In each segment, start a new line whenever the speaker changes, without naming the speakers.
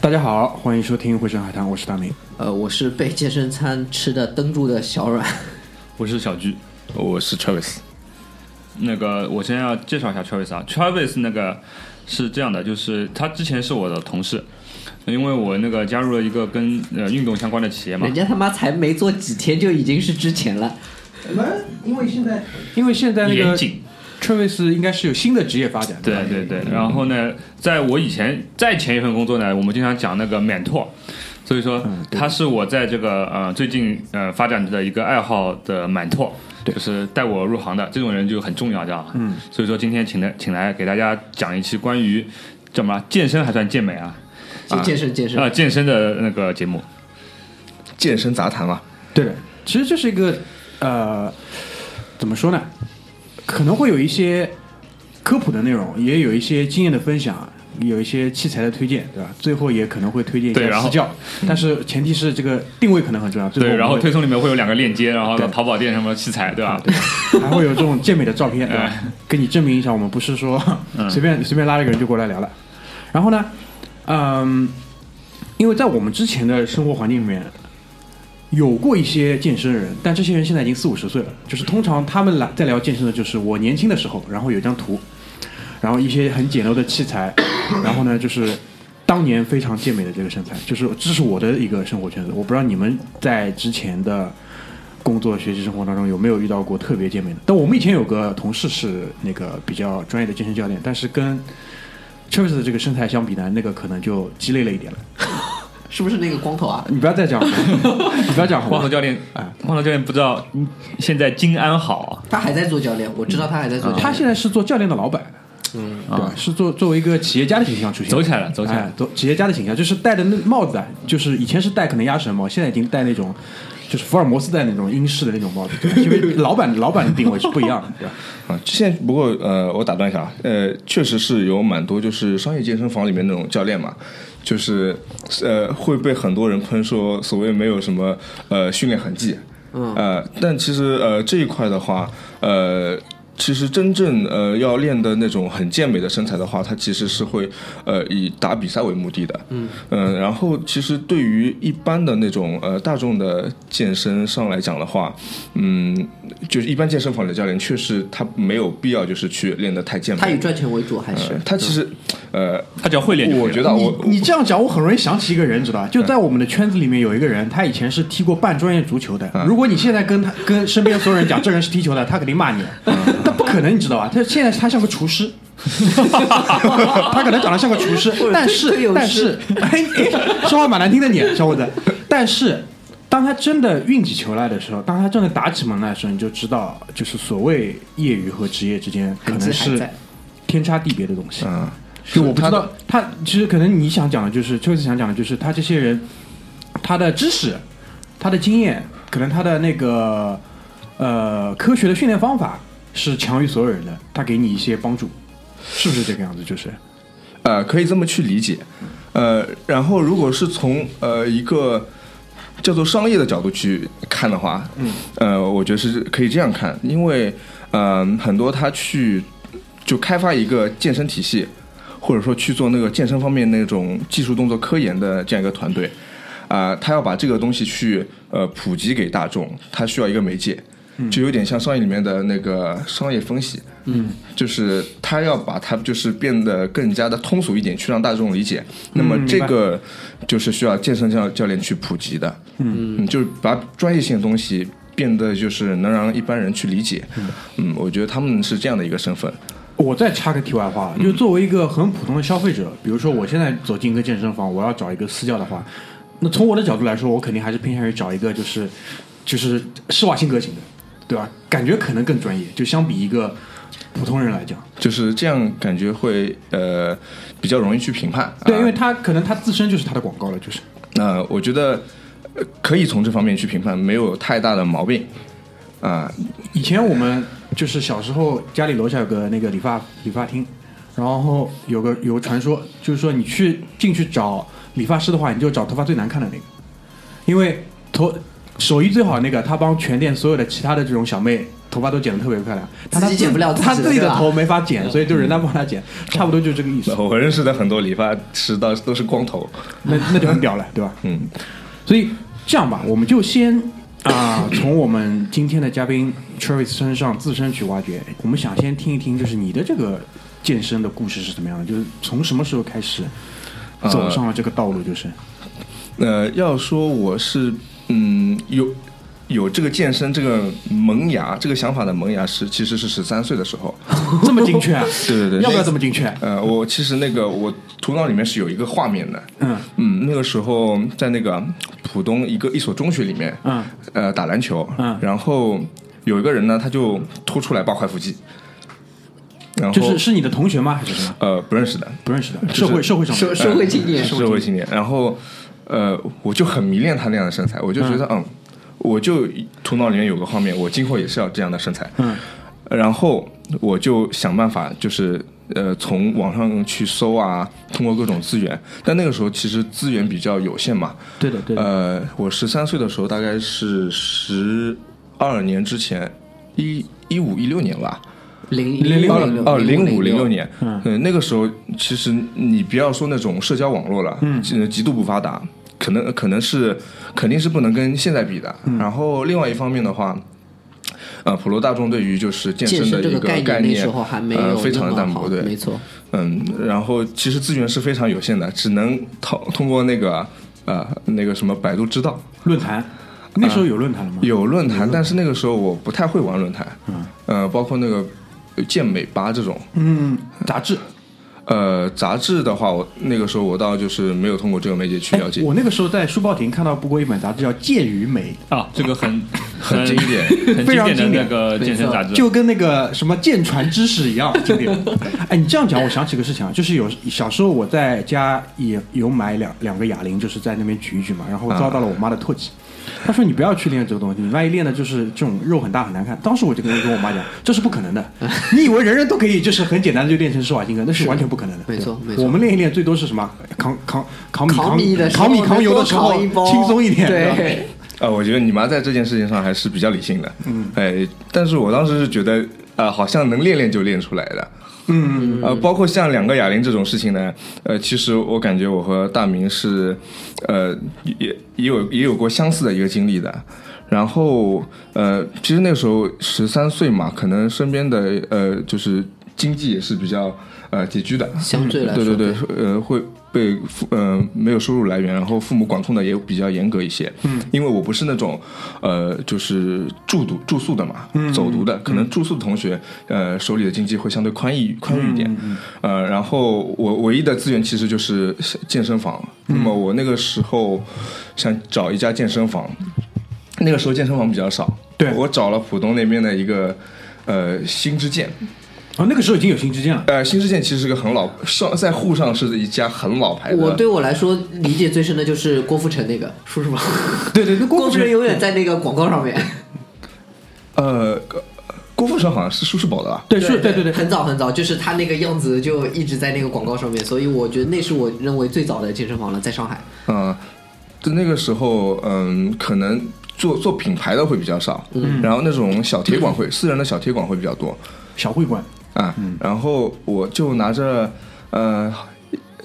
大家好，欢迎收听《回声海滩》，我是大明。
呃，我是被健身餐吃的蹬住的小阮。
我是小鞠。
我是 Travis，
那个，我先要介绍一下 Travis 啊，Travis 那个是这样的，就是他之前是我的同事，因为我那个加入了一个跟呃运动相关的企业嘛
人，家他妈才没做几天就已经是之前了，
我们因为现在
因为现在那
严
个
谨，
Travis 应该是有新的职业发展，
对
吧
对对。然后呢，在我以前在前一份工作呢，我们经常讲那个免拓，所以说
嗯对
他是我在这个呃最近呃发展的一个爱好的满拓。
对
就是带我入行的这种人就很重要，知道吧？嗯，所以说今天请来请来给大家讲一期关于叫什么健身还算健美啊
就健身健身。
啊、健身的那个节目。
健身杂谈嘛，
对的，其实这是一个呃，怎么说呢？可能会有一些科普的内容，也有一些经验的分享，有一些器材的推荐，对吧？最后也可能会推荐一
对
些
然后
私教，但是前提是这个定位可能很重要。最
对，然
我
后
们
推送里面会有两个链接，然后
对
淘宝店什么器材，对吧？
还会有这种健美的照片，对吧？跟你证明一下，我们不是说随便随便拉一个人就过来聊了。然后呢，嗯，因为在我们之前的生活环境里面，有过一些健身人，但这些人现在已经四五十岁了。就是通常他们来在聊健身的，就是我年轻的时候，然后有一张图，然后一些很简陋的器材，然后呢就是。当年非常健美的这个身材，就是这是我的一个生活圈子。我不知道你们在之前的工作、学习、生活当中有没有遇到过特别健美的？但我们以前有个同事是那个比较专业的健身教练，但是跟 Travis 的这个身材相比呢，那个可能就鸡肋了一点了。
是不是那个光头啊？
你不要再讲了， 你不要讲好
光头
吗？
教练，光头教练不知道嗯现在金安好，啊
他还在做教练，我知道他还在做教练。
他现在是做教练的老板，嗯，对吧，是做作为一个企业家的形象出现，
啊走起来了走起来了
哎走企业家的形象，就是戴的那帽子啊，就是以前是戴可能鸭舌帽，现在已经戴那种。就是福尔摩斯戴那种英式的那种帽子，对吧因为老板老板的定位是不一样的，对吧？
啊，现在不过呃，我打断一下啊，呃，确实是有蛮多就是商业健身房里面那种教练嘛，就是呃会被很多人喷说所谓没有什么呃训练痕迹，嗯，呃，但其实呃这一块的话，呃。其实真正呃要练的那种很健美的身材的话，它其实是会呃以打比赛为目的的，嗯然后其实对于一般的那种呃大众的健身上来讲的话，嗯，就是一般健身房的教练确实他没有必要就是去练得太健
他以
美，
赚钱为主还是？嗯
他其实呃，
他只要会练就可以了
我觉得啊我嗯
你你这样讲，我很容易想起一个人，知道吧？就在我们的圈子里面有一个人，他以前是踢过半专业足球的。
嗯
如果你现在跟他跟身边所有人 讲这人是踢球的，他肯定骂你。
嗯
他不可能，你知道吧？他现在他像个厨 师。 他可能长得像个厨师，但
队
是
友
但是
是，
哎，哎说话蛮难听的你，小伙子。但是，当他真的运起球来的时候，当他真的打起门来的时候，你就知道，就是所谓业余和职业之间可能
痕迹还
是
在
天差地别的东西。
嗯，
就我不知
他
道，他其实可能你想讲的就是，就是想讲的就是他这些人，他的知识，他的经验，可能他的那个呃科学的训练方法是强于所有人的，他给你一些帮助，是不是这个样子？就是
呃，可以这么去理解。呃，然后如果是从呃一个叫做商业的角度去看的话，嗯，呃，我觉得是可以这样看，因为嗯、很多他去就开发一个健身体系，或者说去做那个健身方面那种技术动作科研的这样一个团队，啊、他要把这个东西去呃普及给大众，他需要一个媒介，就有点像商业里面的那个商业分析，嗯，就是他要把它就是变得更加的通俗一点，去让大众理解。那么这个就是需要健身教教练去普及的，嗯，就是把专业性的东西。变得就是能让一般人去理解，嗯，我觉得他们是这样的一个身份，
我再插个题外话，就作为一个很普通的消费者，比如说我现在走进一个健身房，我要找一个私教的话，那从我的角度来说，我肯定还是偏向于找一个就是就是施瓦辛格型的，对吧？感觉可能更专业，就相比一个普通人来讲。
就是这样感觉会呃比较容易去评判。
对，
啊
因为他可能他自身就是他的广告了，就是
那、我觉得呃可以从这方面去评判，没有太大的毛病啊、
以前我们就是小时候家里楼下有个那个理发理发厅，然后有个有个传说，就是说你去进去找理发师的话，你就找头发最难看的那个，因为头手艺最好那个，他帮全店所有的其他的这种小妹头发都剪得特别漂亮，但他
自己剪不了自己
他自己的
对吧
头没法剪，所以就人家帮他 剪，差不多就这个意思。
我认识的很多理发师倒是都是光头，
那那就很屌了，对吧？
嗯，
所以这样吧，我们就先啊、 从我们今天的嘉宾 Travis 身上自身去挖掘。我们想先听一听，就是你的这个健身的故事是怎么样的？就是从什么时候开始走上了这个道路？就是、
呃，要说我是嗯有有这个健身这个萌芽这个想法的萌芽是其实是十三岁的时候，
这么精确啊？
对对对
要不要这么精确？啊
呃，我其实那个我头脑里面是有一个画面的，
嗯
嗯，那个时候在那个浦东一个一所中学里面，
嗯，
呃，打篮球，
嗯
然后有一个人呢，他就突出来抱块腹肌，然后
就是是你的同学吗？还是什么？
呃不认识的，
不认识的，
就是
社会社会上
社社会青年，
社会青年。然后，呃，我就很迷恋他那样的身材，我就觉得，嗯，我就头脑里面有个画面，我今后也是要这样的身材。呃
嗯，
然后我就想办法，就是呃，从网上去搜啊，通过各种资源。但那个时候其实资源比较有限嘛。
对的对的，
呃，我十三岁的时候，大概是十二年之前，一一五一六年吧。
零
零
零
零
六
哦，零
五
五零
六
六，年，
嗯
嗯，那个时候其实你不要说那种社交网络了，嗯，极度不发达，可能可能是肯定是不能跟现在比的。
嗯
然后另外一方面的话。呃，普罗大众对于就是健
健
身
身
的
这个
一
概
概
念那时
念
候还没
呃、
有
非
那
常的淡
么
薄，
好，
对，
没错，
嗯，然后其实资源是非常有限的，只能通通过那个呃那个什么百度知道
论坛那时候有论坛了吗？
呃有论坛，但是那个时候我不太会玩论坛，嗯，呃，包括那个健美吧这种，
嗯，杂志。
呃，杂志的话，我那个时候我倒就是没有通过这个媒介去了解
哎。我那个时候在书报亭看到不过一本杂志叫《健与美
啊，这 个很很
经典
很
非常
经
经典
典的那个健身杂》，志，
就跟那个什么舰船知识一 样经典。哎，你这样讲，我想起个事情啊，就是有小时候我在家也有买两两个哑铃，就是在那边举一举嘛，然后遭到了我妈的唾弃。
嗯
她说：“你不要去练这个东西，你万一练的就是这种肉很大很难看。”当时我就跟跟我妈讲，这是不可能的。
嗯
你以为人人都可以就是很简单的就练成施瓦辛格，那是完全不可能的。
没错
对
没错
我们练一练，最多是什么扛扛扛米
扛米的时候
扛米扛油的时候
能多扛一包
轻松一点，吧
对，
啊、我觉得你妈在这件事情上还是比较理性的。嗯，哎，但是我当时是觉得，呃，好像能练练就练出来的。嗯，呃，包括像两个哑铃这种事情呢，呃，其实我感觉我和大明是，呃，也也有也有过相似的一个经历的。然后，呃，其实那个时候十三岁嘛，可能身边的呃，就是经济也是比较呃拮据的，
相对来说，
对对对，呃，会被父呃没有收入来源，然后父母管控的也比较严格一些。嗯，因为我不是那种呃就是住读住宿的嘛，走读的，可能住宿的同学呃手里的经济会相对宽裕宽裕一点。呃，然后我唯一的资源其实就是健身房。那么我那个时候想找一家健身房，那个时候健身房比较少。
对
我找了浦东那边的一个呃新之健。
哦，那个时候已经有新之剑了。
呃，新世界其实是个很老上在沪上是一家很老牌的，
我对我来说理解最深的就是郭富城那个，说实话，
对对，那
郭富城永远在那个广告上面，
呃，郭富城好像是苏世宝的吧？
对是，对对对，
很早很早，就是他那个样子就一直在那个广告上面，所以我觉得那是我认为最早的健身房了，在上海。
嗯，就那个时候，嗯，可能做做品牌的会比较少，嗯，然后那种小铁馆会，私人的小铁馆会比较多
小会馆，
啊。然后我就拿着呃，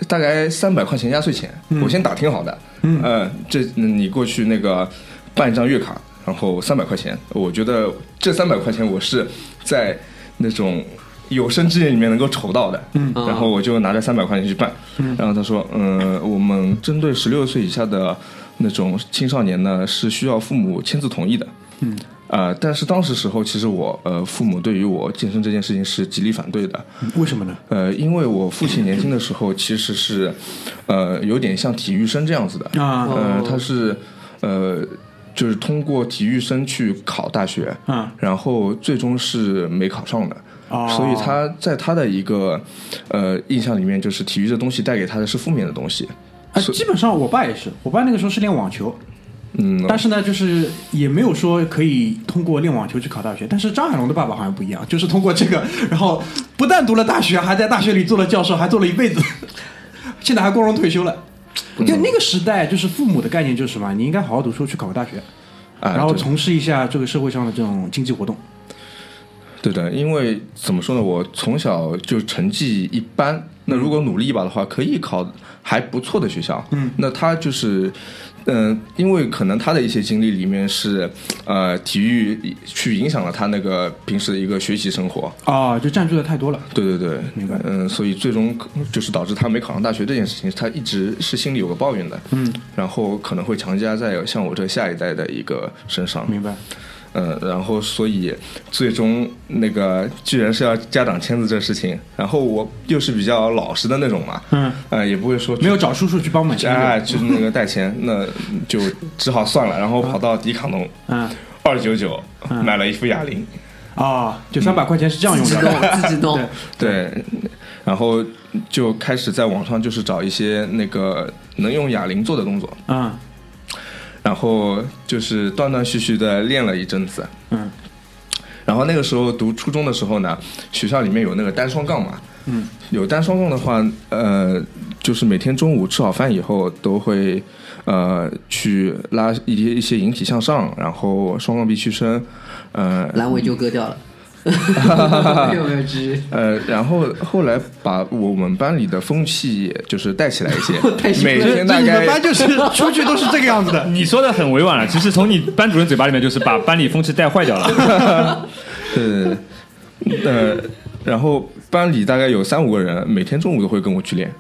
大概三百块钱压岁钱，我先打听好的，嗯，呃，这你过去那个办一张月卡，然后三百块钱，我觉得这三百块钱我是在那种。有生之年里面能够筹到的，嗯然后我就拿着三百块钱去办，然后他说，嗯，我们针对十六岁以下的那种青少年呢，是需要父母签字同意的，嗯，啊，但是当时时候，其实我呃，父母对于我健身这件事情是极力反对的，
为什么呢？
呃，因为我父亲年轻的时候其实是，呃，有点像体育生这样子的，
啊
呃
哦，
他是，呃，就是通过体育生去考大学，
嗯
然后最终是没考上的，
哦
所以他在他的一个呃印象里面，就是体育这东西带给他的是负面的东西，
啊，基本上我爸也是，我爸那个时候是练网球，
嗯，
但是呢，就是也没有说可以通过练网球去考大学。但是张海龙的爸爸好像不一样，就是通过这个，然后不但读了大学，还在大学里做了教授，还做了一辈子， 现在还光荣退休了。
嗯
因为那个时代，就是父母的概念就是什么，你应该好好读书去考个大学，
啊
然后
对
从事一下这个社会上的这种经济活动。
对的，因为怎么说呢，我从小就成绩一般。那如果努力一把的话，可以考还不错的学校。嗯，那他就是，嗯、因为可能他的一些经历里面是，呃，体育去影响了他那个平时的一个学习生活。
哦，就占据的太多了。
对对对，
明白
嗯，所以最终就是导致他没考上大学这件事情，他一直是心里有个抱怨的。
嗯，
然后可能会强加在像我这下一代的一个身上。
明白。
嗯，然后所以最终那个居然是要家长签字这事情，然后我又是比较老实的那种嘛，
嗯，
呃，也不会说
没有找叔叔去帮忙。
哎，就是那个代签，那就只好算了，然后跑到迪卡侬
嗯，
二九九
嗯
买了一副哑铃，
哦，就三百块钱是这样
自
用
己
的。
弄，自己弄
对，
对，然后就开始在网上就是找一些那个能用哑铃做的动作，
嗯
然后就是断断续续的练了一阵子，
嗯
然后那个时候读初中的时候呢，学校里面有那个单双杠嘛，
嗯，
有单双杠的话，呃，就是每天中午吃好饭以后都会呃去拉一些一些引体向上，然后双杠臂屈伸，呃
阑尾就割掉了。没有没有，只是
呃，然后后来把我们班里的风气也就是带起来一些
带，起来
每天大
你们班
概。
就是 出去都是这个样子的。
你说的很委婉了，啊其实从你班主任嘴巴里面就是把班里风气带坏掉了。
对，呃，然后班里大概有三五个人，每天中午都会跟我去练。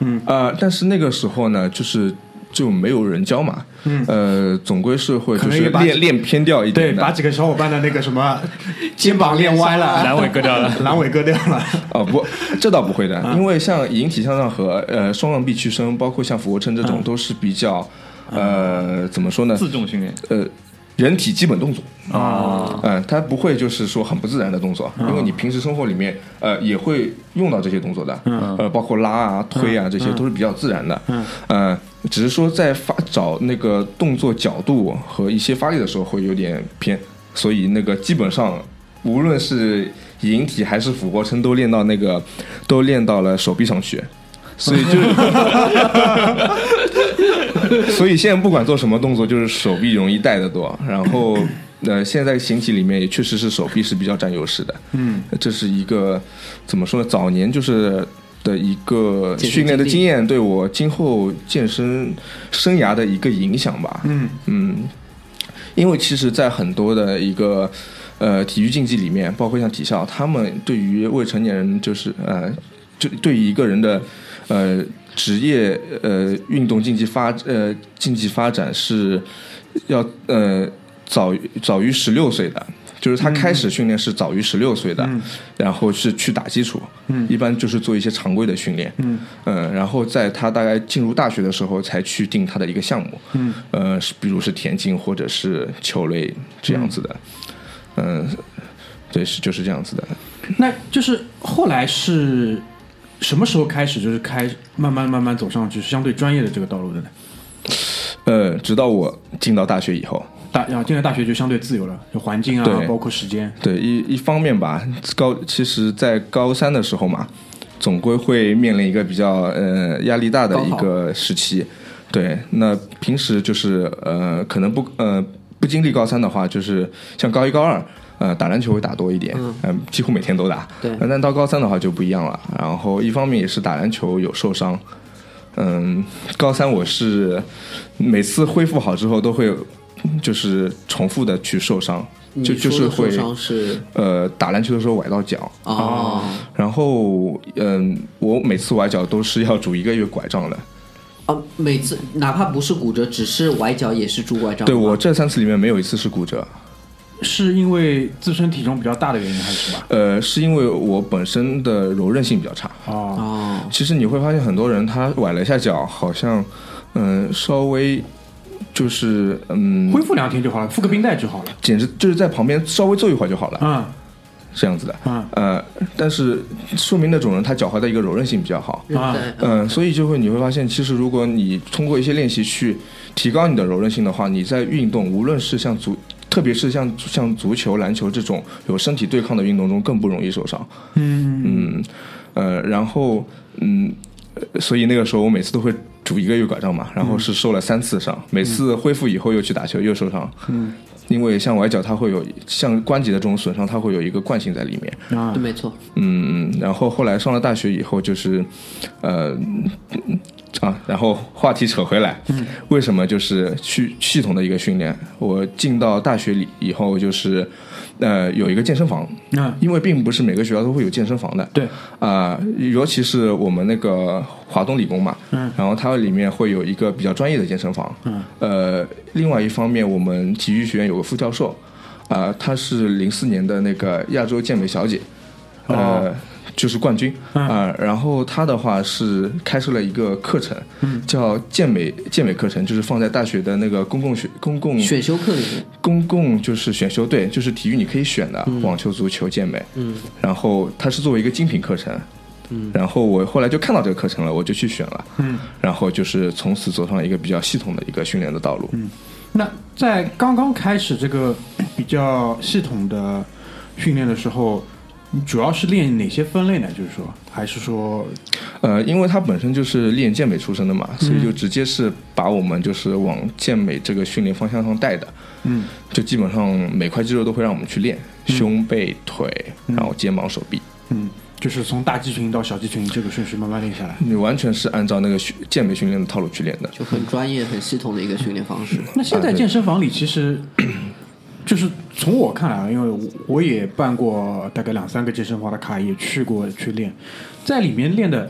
嗯
啊、但是那个时候呢，就是就没有人教嘛。嗯，呃，总归是会
可
就
能
是
也把
练练偏掉一
对，
点的。
把几个小伙伴的那个什 么肩膀练歪了，
阑尾割 掉了，
阑尾割掉了。
哦不，这倒不会
啊
的，因为像引体向上和呃双杠臂屈伸，包括像俯卧撑这
啊
种，都是比较呃怎么说呢？
自重训练。
呃，人体基本动作啊，嗯、它不会就是说很不自然的动作，因为你平时生活里面呃也会用到这些动作的，呃，包括拉啊、推啊、这些都是比较自然的，嗯、呃，只是说在发找那个动作角度和一些发力的时候会有点偏，所以那个基本上无论是引体还是俯卧撑都练到那个都练到了手臂上去。所以就， 所以现在不管做什么动作，就是手臂容易带得多。然后，呃，现在形体里面也确实是手臂是比较占优势的。
嗯，
这是一个怎么说呢？早年就是的一个
健身
训练的
经历
经验，对我今后健身生涯的一个影响吧。
嗯
嗯，因为其实，在很多的一个呃体育竞技里面，包括像体校，他们对于未成年人就是呃，就对于一个人的呃职业呃运动竞技发呃竞技发展是要呃早于早于十六岁的。就是他开始训练是早于十六岁的，然后是去打基础，嗯、一般就是做一些常规的训练，嗯、然后在他大概进入大学的时候才去定他的一个项目，嗯，呃，是比如是田径或者是球类这样子的，嗯、对，是就是这样子的，
那就是后来是什么时候开始，就是开慢慢慢慢走上去，是相对专业的这个道路的呢？
呃，直到我进到大学以后，
大然后进了大学就相对自由了，就环境啊，
对
包括时间。
对一一方面吧，高其实，在高三的时候嘛，总归会面临一个比较呃压力大的一个时期。对，那平时就是呃，可能不呃不经历高三的话，就是像高一高二。呃，打篮球会打多一点，嗯、几乎每天都打。
对
呃但到高三的话就不一样了。然后一方面也是打篮球有受伤，嗯，高三我是每次恢复好之后都会就是重复的去受伤，
你
就
说
就是
的
会
受伤是
呃，打篮球的时候崴到脚，
哦，
然后嗯，我每次崴脚都是要拄一个月拐杖的。
啊，每次哪怕不是骨折，只是崴脚也是拄拐杖。
对我这三次里面没有一次是骨折，
是因为自身体重比较大的原因还是什么？
呃，是因为我本身的柔韧性比较差。
哦，
哦，
其实你会发现很多人他崴了一下脚，好像嗯、稍微就是嗯
恢，复两天就好了，敷个冰袋就好了。
简直就是在旁边稍微坐一会儿就好了，
嗯
这样子的。
嗯
呃，但是说明那种人他脚踝的一个柔韧性比较好。
啊
嗯，所以就会你会发现，其实如果你通过一些练习去提高你的柔韧性的话，你在运动，无论是像足，特别是像像足球、篮球这种有身体对抗的运动中，更不容易受伤。
嗯，
嗯，呃，然后嗯，呃所以那个时候我每次都会拄一个月拐杖嘛，然后是受了三次伤，每次恢复以后又去打球又受伤。嗯，因为像崴脚它会有像关节的这种损伤，它会有一个惯性在里面。
啊
对，，没错，
嗯，然后后来上了大学以后，就是，呃，啊，然后话题扯回来，为什么就是去系统的一个训练？我进到大学里以后，就是，呃，有一个健身房，
那
因为并不是每个学校都会有健身房的，
嗯对，
啊、尤其是我们那个华东理工嘛，
嗯，
然后它里面会有一个比较专业的健身房，
嗯，
呃，另外一方面，我们体育学院有个副教授，啊、她是零四年的那个亚洲健美小姐，呃，就是冠军
哦嗯
啊、然后她的话是开设了一个课程，
嗯
叫健美健美课程，就是放在大学的那个公共学公共
选修课里面，
公共就是选修队，就是体育你可以选的，网球、足球、健美。
嗯，
然后它是作为一个精品课程，嗯，然后我后来就看到这个课程了，我就去选了，
嗯，
然后就是从此走上了一个比较系统的一个训练的道路。嗯，
那在刚刚开始这个 比较系统的训练的时候，你主要是练哪些分类呢？就是说，还是说，
呃，因为他本身就是练健美出身的嘛，所以就直接是把我们就是往健美这个训练方向上带的，
嗯
就基本上每块肌肉都会让我们去练，胸、背、腿，然后肩膀、手臂。
嗯，就是从大肌群到小肌群这个顺序慢慢练下来。
你完全是按照那个训健美训练的套路去练的，
就很专业、很系统的一个训练方式。
那现在
啊对
健身房里其实 就是从我看来啊，因为我我也办过大概两三个健身房的卡，也去过去练，在里面练的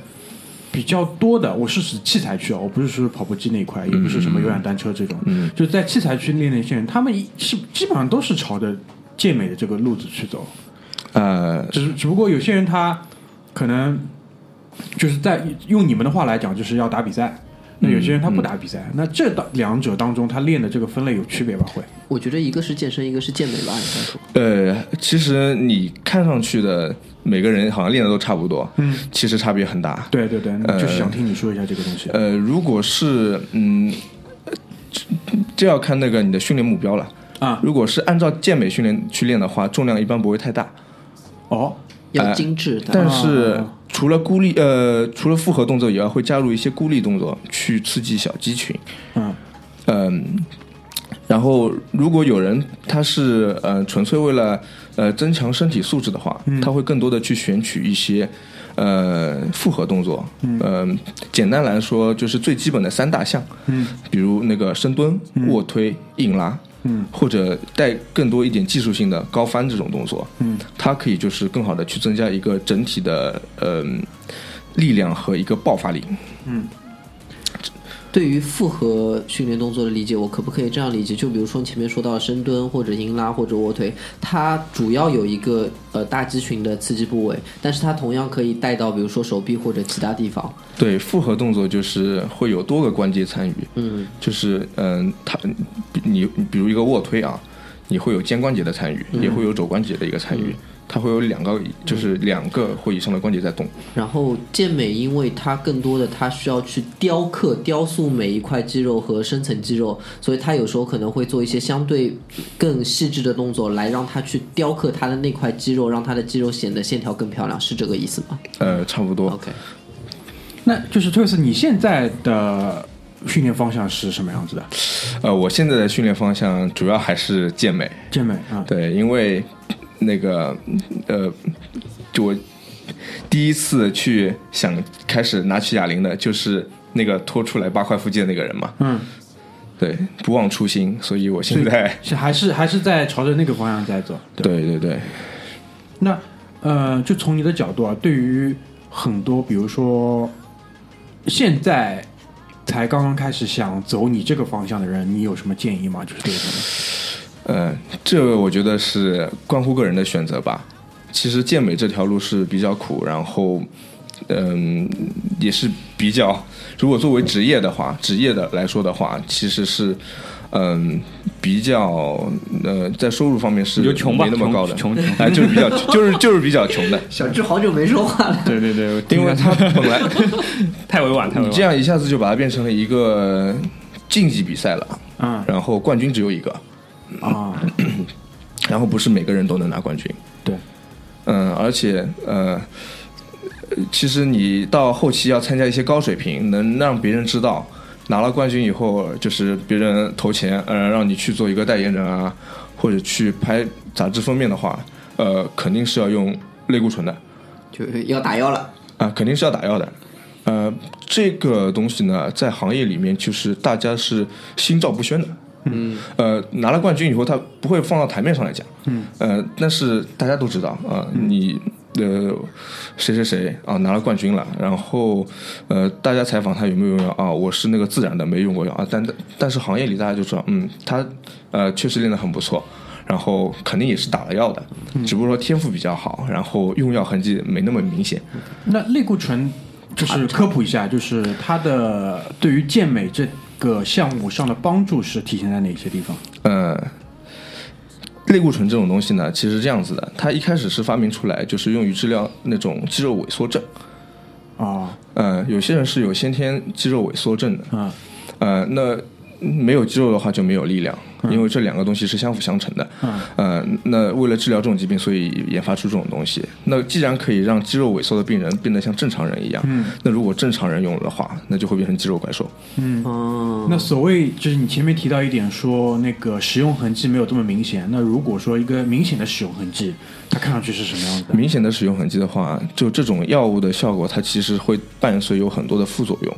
比较多的，我是指器材区啊，我不是说跑步机那一块，也不是什么有氧单车这种，
嗯
就是在器材区练的一些人，他们一是基本上都是朝着健美的这个路子去走，
呃，
只是只不过有些人他可能就是在用你们的话来讲，就是要打比赛。那有些人他不打比
嗯
赛，那这当两者当中，他练的这个分类有区别吧？会，
我觉得一个是健身，一个是健美吧，应该说。
呃，其实你看上去的每个人好像练的都差不多，
嗯，
其实差别很大。，
对对对，
呃
就是想听你说一下这个东西。
呃，如果是嗯，这这要看那个你的训练目标了。
啊，
如果是按照健美训练去练的话，重量一般不会太大，
哦，
要精致的，
但是除了孤立呃，除了复合动作以外，会加入一些孤立动作去刺激小肌群。
嗯
嗯，然后如果有人他是呃纯粹为了呃增强身体素质的话，
嗯
他会更多的去选取一些呃复合动作，嗯、简单来说就是最基本的三大项，
嗯，
比如那个深蹲、卧推、硬拉。
嗯，
或者带更多一点技术性的高翻这种动作，
嗯，
它可以就是更好的去增加一个整体的呃力量和一个爆发力。
对于复合训练动作的理解，我可不可以这样理解？就比如说你前面说到深蹲或者硬拉或者卧推，它主要有一个呃大肌群的刺激部位，但是它同样可以带到比如说手臂或者其他地方。
对，复合动作就是会有多个关节参与，
嗯，
就是嗯，它比你你比如一个卧推啊，你会有肩关节的参与，
嗯
也会有肘关节的一个参与，它会有两个就是两个或以上的关节在动。
然后健美，因为它更多的它需要去雕刻、雕塑每一块肌肉和深层肌肉，所以它有时候可能会做一些相对更细致的动作，来让它去雕刻它的那块肌肉，让它的肌肉显得线条更漂亮，是这个意思吗
呃，差不多。
？OK，
那就是特斯，你现在的训练方向是什么样子的？
呃，我现在的训练方向主要还是健美，
健美啊，
对，因为那个呃，就我第一次去想开始拿起哑铃的，就是那个拖出来八块腹肌的那个人嘛。
嗯，
对，不忘初心，所以我
所以
现在，
是还是还是在朝着那个方向在走。对吧，
对对对，
那呃，就从你的角度啊，对于很多比如说现在才刚刚开始想走你这个方向的人，你有什么建议吗？就是对他们，
呃，这个我觉得是关乎个人的选择吧。其实健美这条路是比较苦，然后，嗯，也是比较，如果作为职业的话，职业的来说的话，其实是，嗯，比较，呃，在收入方面是
你就穷吧
没那么
穷
高的，
穷穷
哎、就是比较，就是就是比较 穷的，
小智好久没说话了。
对对对，我听
因为
着
他 本来
太委婉，太委
你这
婉。
样一下子就把它变成了一个竞技比赛了，
嗯
然后冠军只有一个，
啊，
然后不是每个人都能拿冠军，
对，
嗯，而且呃，呃其实你到后期要参加一些高水平，能让别人知道拿了冠军以后，就是别人投钱，呃，让你去做一个代言人啊，或者去拍杂志封面的话，呃，肯定是要用类固醇的。
就是要打药了。
啊，肯定是要打药的。呃，这个东西呢，在行业里面就是大家是心照不宣的。嗯，呃，拿了冠军以后，他不会放到台面上来讲。嗯，呃，但是大家都知道啊、你呃，谁谁谁啊拿了冠军了，然后呃，大家采访他有没有用药啊？我是那个自然的，没用过药啊。但但是行业里大家就知道，嗯，他呃确实练得很不错，然后肯定也是打了药的，只不过说天赋比较好，然后用药痕迹没那么明显。
那类固醇就是科普一下，就是它的对于健美这个项目上的帮助是体现在哪些地方？
呃，类固醇这种东西呢，其实是这样子的，它一开始是发明出来就是用于治疗那种肌肉萎缩症。
啊
呃，有些人是有先天肌肉萎缩症的，
啊
呃，那没有肌肉的话就没有力量，因为这两个东西是相辅相成的。
嗯
呃，那为了治疗这种疾病，所以研发出这种东西。那既然可以让肌肉萎缩的病人变得像正常人一样，那如果正常人用的话，那就会变成肌肉怪兽。
嗯，
那所谓就是你前面提到一点说那个使用痕迹没有这么明显，那如果说一个明显的使用痕迹，它看上去是什么样子的？
明显的使用痕迹的话，就这种药物的效果，它其实会伴随有很多的副作用。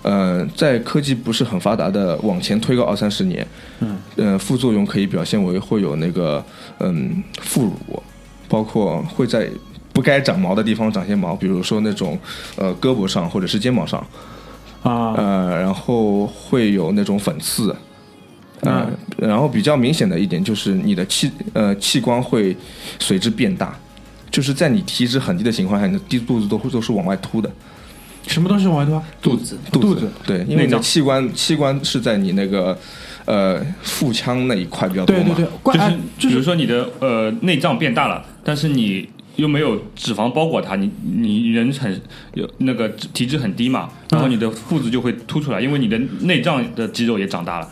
呃，在科技不是很发达的往前推个二三十年，
嗯，
呃，副作用可以表现为会有那个嗯副乳，包括会在不该长毛的地方长些毛，比如说那种呃胳膊上或者是肩膀上，
啊，
呃，然后会有那种粉刺，呃，然后比较明显的一点就是你的器呃器官会随之变大，就是在你体脂很低的情况下，你的低肚子都会都是往外凸的，
什么东西往外推？
肚子
肚
肚子
对，因为
内
你的
脏
器官器官是在你那个呃腹腔那一块比较多
对
嘛，
对对，关
就是、
哎就
比如
是
说你的呃内脏变大了，但是你又没有脂肪包裹它，你你人很有那个体脂很低嘛，然后
嗯
你的肚子就会凸出来，因为你的内脏的肌肉也长大了。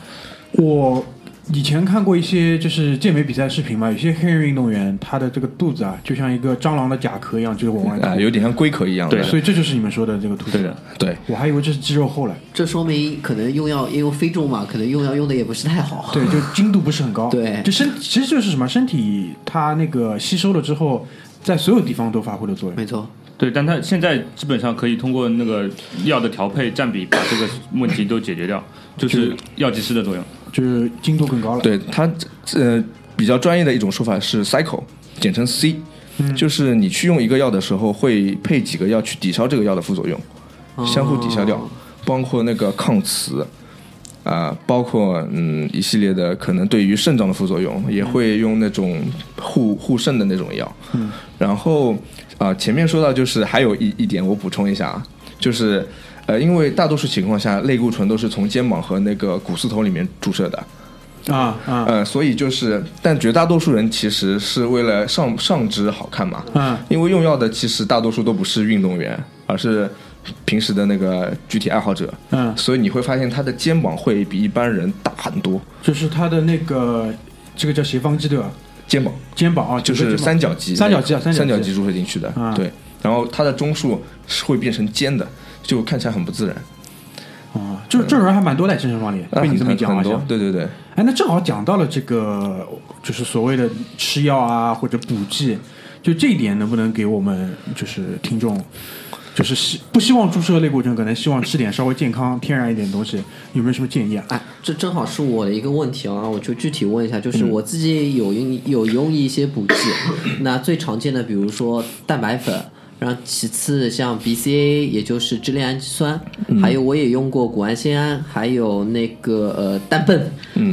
我以前看过一些就是健美比赛视频嘛，有些黑人运动员他的这个肚子啊，就像一个蟑螂的甲壳一样，就是往外
啊、
长。
有点像龟壳一样的，
对
所以这就是你们说的这个凸起
对的，
对
我还以为这是肌肉厚了，
这说明可能用药，因为非重嘛，可能用药用的也不是太好。
对，就精度不是很高。
对
就身其实就是什么，身体它那个吸收了之后，在所有地方都发挥了作用。
没错，
对，但它现在基本上可以通过那个药的调配占比把这个问题都解决掉，就是药剂师的作用。
就是精度更高了。，
对它呃比较专业的一种说法是 cycle，简称 C，、就是你去用一个药的时候会配几个药去抵消这个药的副作用，相互抵消掉，
哦
包括那个抗磁。啊、包括嗯一系列的可能对于肾脏的副作用，也会用那种护护肾的那种药。嗯，然后啊、前面说到就是还有一一点我补充一下啊，就是呃，因为大多数情况下类固醇都是从肩膀和那个股四头里面注射的，
啊啊
呃，所以就是，但绝大多数人其实是为了上上肢好看嘛，
啊
因为用药的其实大多数都不是运动员，而是平时的那个具体爱好者，
嗯，
所以你会发现他的肩膀会比一般人大很多，
就是它的那个这个叫斜方肌对吧？
肩膀
肩膀啊，
就
整
是
个肩膀
三角肌，
三角肌啊，
三
角
角肌注射进去的，
啊
对，然后他的中束是会变成尖的，就看起来很不自然，
啊，就是这种人还蛮多的，健身房里
啊
被你这么一
很
讲好
很多
像，。
对对对，
哎，那正好讲到了这个，就是所谓的吃药啊或者补剂，就这一点能不能给我们就是听众，就是希不希望注射类固醇，可能希望吃点稍微健康、天然一点的东西，有没有什么建议啊？
哎，这正好是我的一个问题啊，我就具体问一下，就是我自己有用有用一些补剂，那最常见的比如说蛋白粉，然后其次像 BCA，也就是支链氨基酸，还有我也用过谷氨酰胺，还有那个呃氮苯，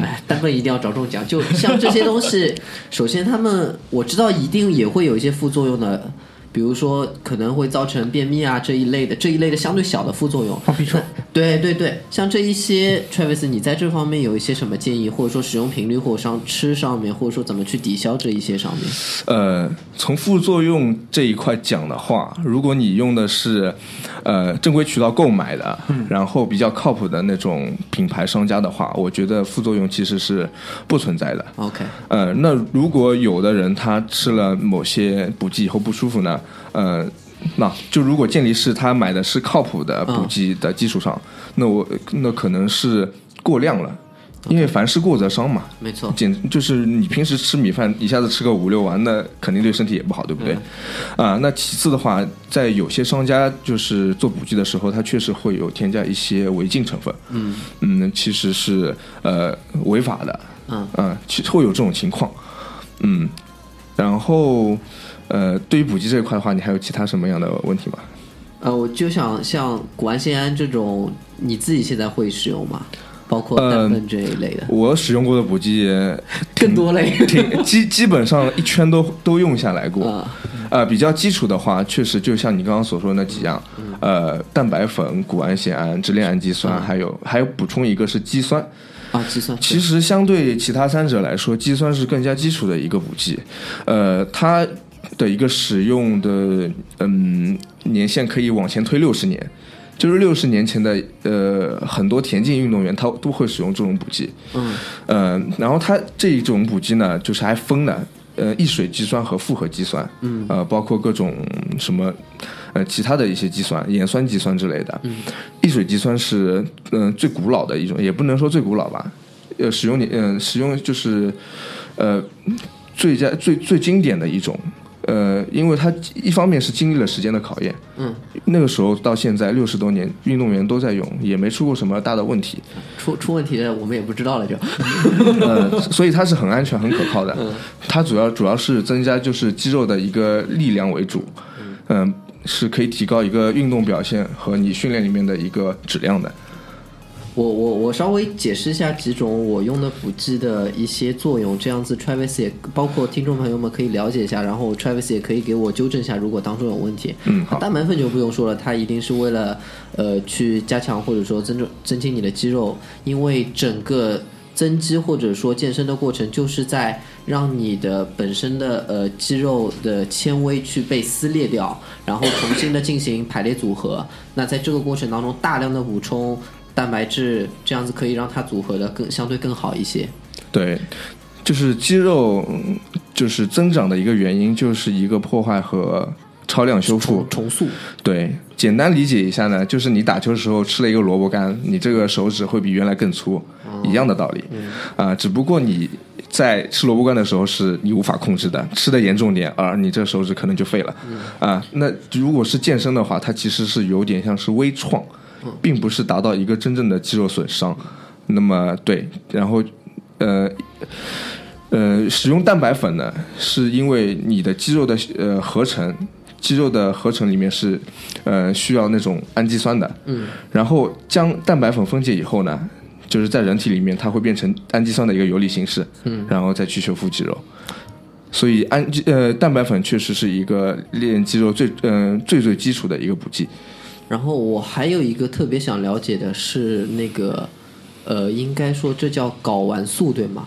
哎，氮苯一定要着重讲，就像这些东西，首先他们我知道一定也会有一些副作用的。比如说，可能会造成便秘啊这一类的，这一类的相对小的副作用。
放屁臭
那对对对，像这一些，Travis，你在这方面有一些什么建议，或者说使用频率，或者上吃上面，或者说怎么去抵消这一些上面？
呃，从副作用这一块讲的话，如果你用的是呃正规渠道购买的，然后比较靠谱的那种品牌商家的话，我觉得副作用其实是不存在的。
OK，
呃，那如果有的人他吃了某些补剂以后不舒服
嗯
呢，呃，那就如果健力士他买的是靠谱的补剂的基础上，那我那可能是过量了，因为凡事过则伤嘛。
没错，
简就是你平时吃米饭，一下子吃个五六碗，那肯定对身体也不好，对不对？
嗯
啊，那其次的话，在有些商家就是做补剂的时候，它确实会有添加一些违禁成分，嗯嗯，其实是呃违法的，
嗯
啊，其实会有这种情况，嗯，然后呃，对于补剂这一块的话，你还有其他什么样的问题吗？
呃，我就想像谷氨酰胺这种，你自己现在会使用吗？包括
呃
氮苯这一类的，
我使用过的补剂
更多类。
挺基基本上一圈都都用下来过，
啊，
呃，比较基础的话，确实就像你刚刚所说的那几样，呃，蛋白粉、谷氨酰胺、支链氨基酸，还有还有补充一个是肌酸。
啊，计算
其实相对其他三者来说，肌酸是更加基础的一个补剂，呃，它的一个使用的嗯年限可以往前推六十年。就是六十年前的，呃，很多田径运动员他都会使用这种补剂，
嗯，
呃，然后它这种补剂呢，就是还分了，呃，易水肌酸和复合肌酸，嗯，呃，包括各种什么，呃，其他的一些肌酸，盐酸肌酸之类的。嗯，易水肌酸是，嗯、最古老的一种，也不能说最古老吧，呃，使用你，嗯、使用就是，呃，最佳最最经典的一种。呃，因为它一方面是经历了时间的考验，
嗯，
那个时候到现在六十多年，运动员都在用，也没出过什么大的问题。
出出问题的我们也不知道 了就，
呃，所以它是很安全、很可靠的。它主要主要是增加就是肌肉的一个力量为主，嗯、是可以提高一个运动表现和你训练里面的一个质量的。
我我我稍微解释一下几种我用的补剂的一些作用，这样子 Travis 也包括听众朋友们可以了解一下，然后 Travis 也可以给我纠正一下，如果当中有问题。
嗯好
蛋白粉就不用说了，它一定是为了呃去加强或者说增重增进你的肌肉，因为整个增肌或者说健身的过程，就是在让你的本身的呃肌肉的纤维去被撕裂掉，然后重新的进行排列组合。那在这个过程当中，大量的补充蛋白质，这样子可以让它组合的更相对更好一些。
对，就是肌肉嗯就是增长的一个原因，就是一个破坏和超量修复
重。重塑，
对，简单理解一下呢，就是你打球时候吃了一个萝卜干，你这个手指会比原来更粗，一样的道理。
嗯
啊、只不过你在吃萝卜干的时候是你无法控制的，吃的严重点，而你这手指可能就废了。
嗯
啊、那如果是健身的话，它其实是有点像是微创，
嗯
并不是达到一个真正的肌肉损伤。那么对，然后呃。呃，使用蛋白粉呢，是因为你的肌肉的呃合成，肌肉的合成里面是呃需要那种氨基酸的，嗯，然后将蛋白粉分解以后呢，就是在人体里面它会变成氨基酸的一个游离形式，嗯，然后再去修复肌肉。所以氨基呃蛋白粉确实是一个练肌肉最嗯、最最基础的一个补剂，
然后我还有一个特别想了解的是那个，呃，应该说这叫睾丸素对吗？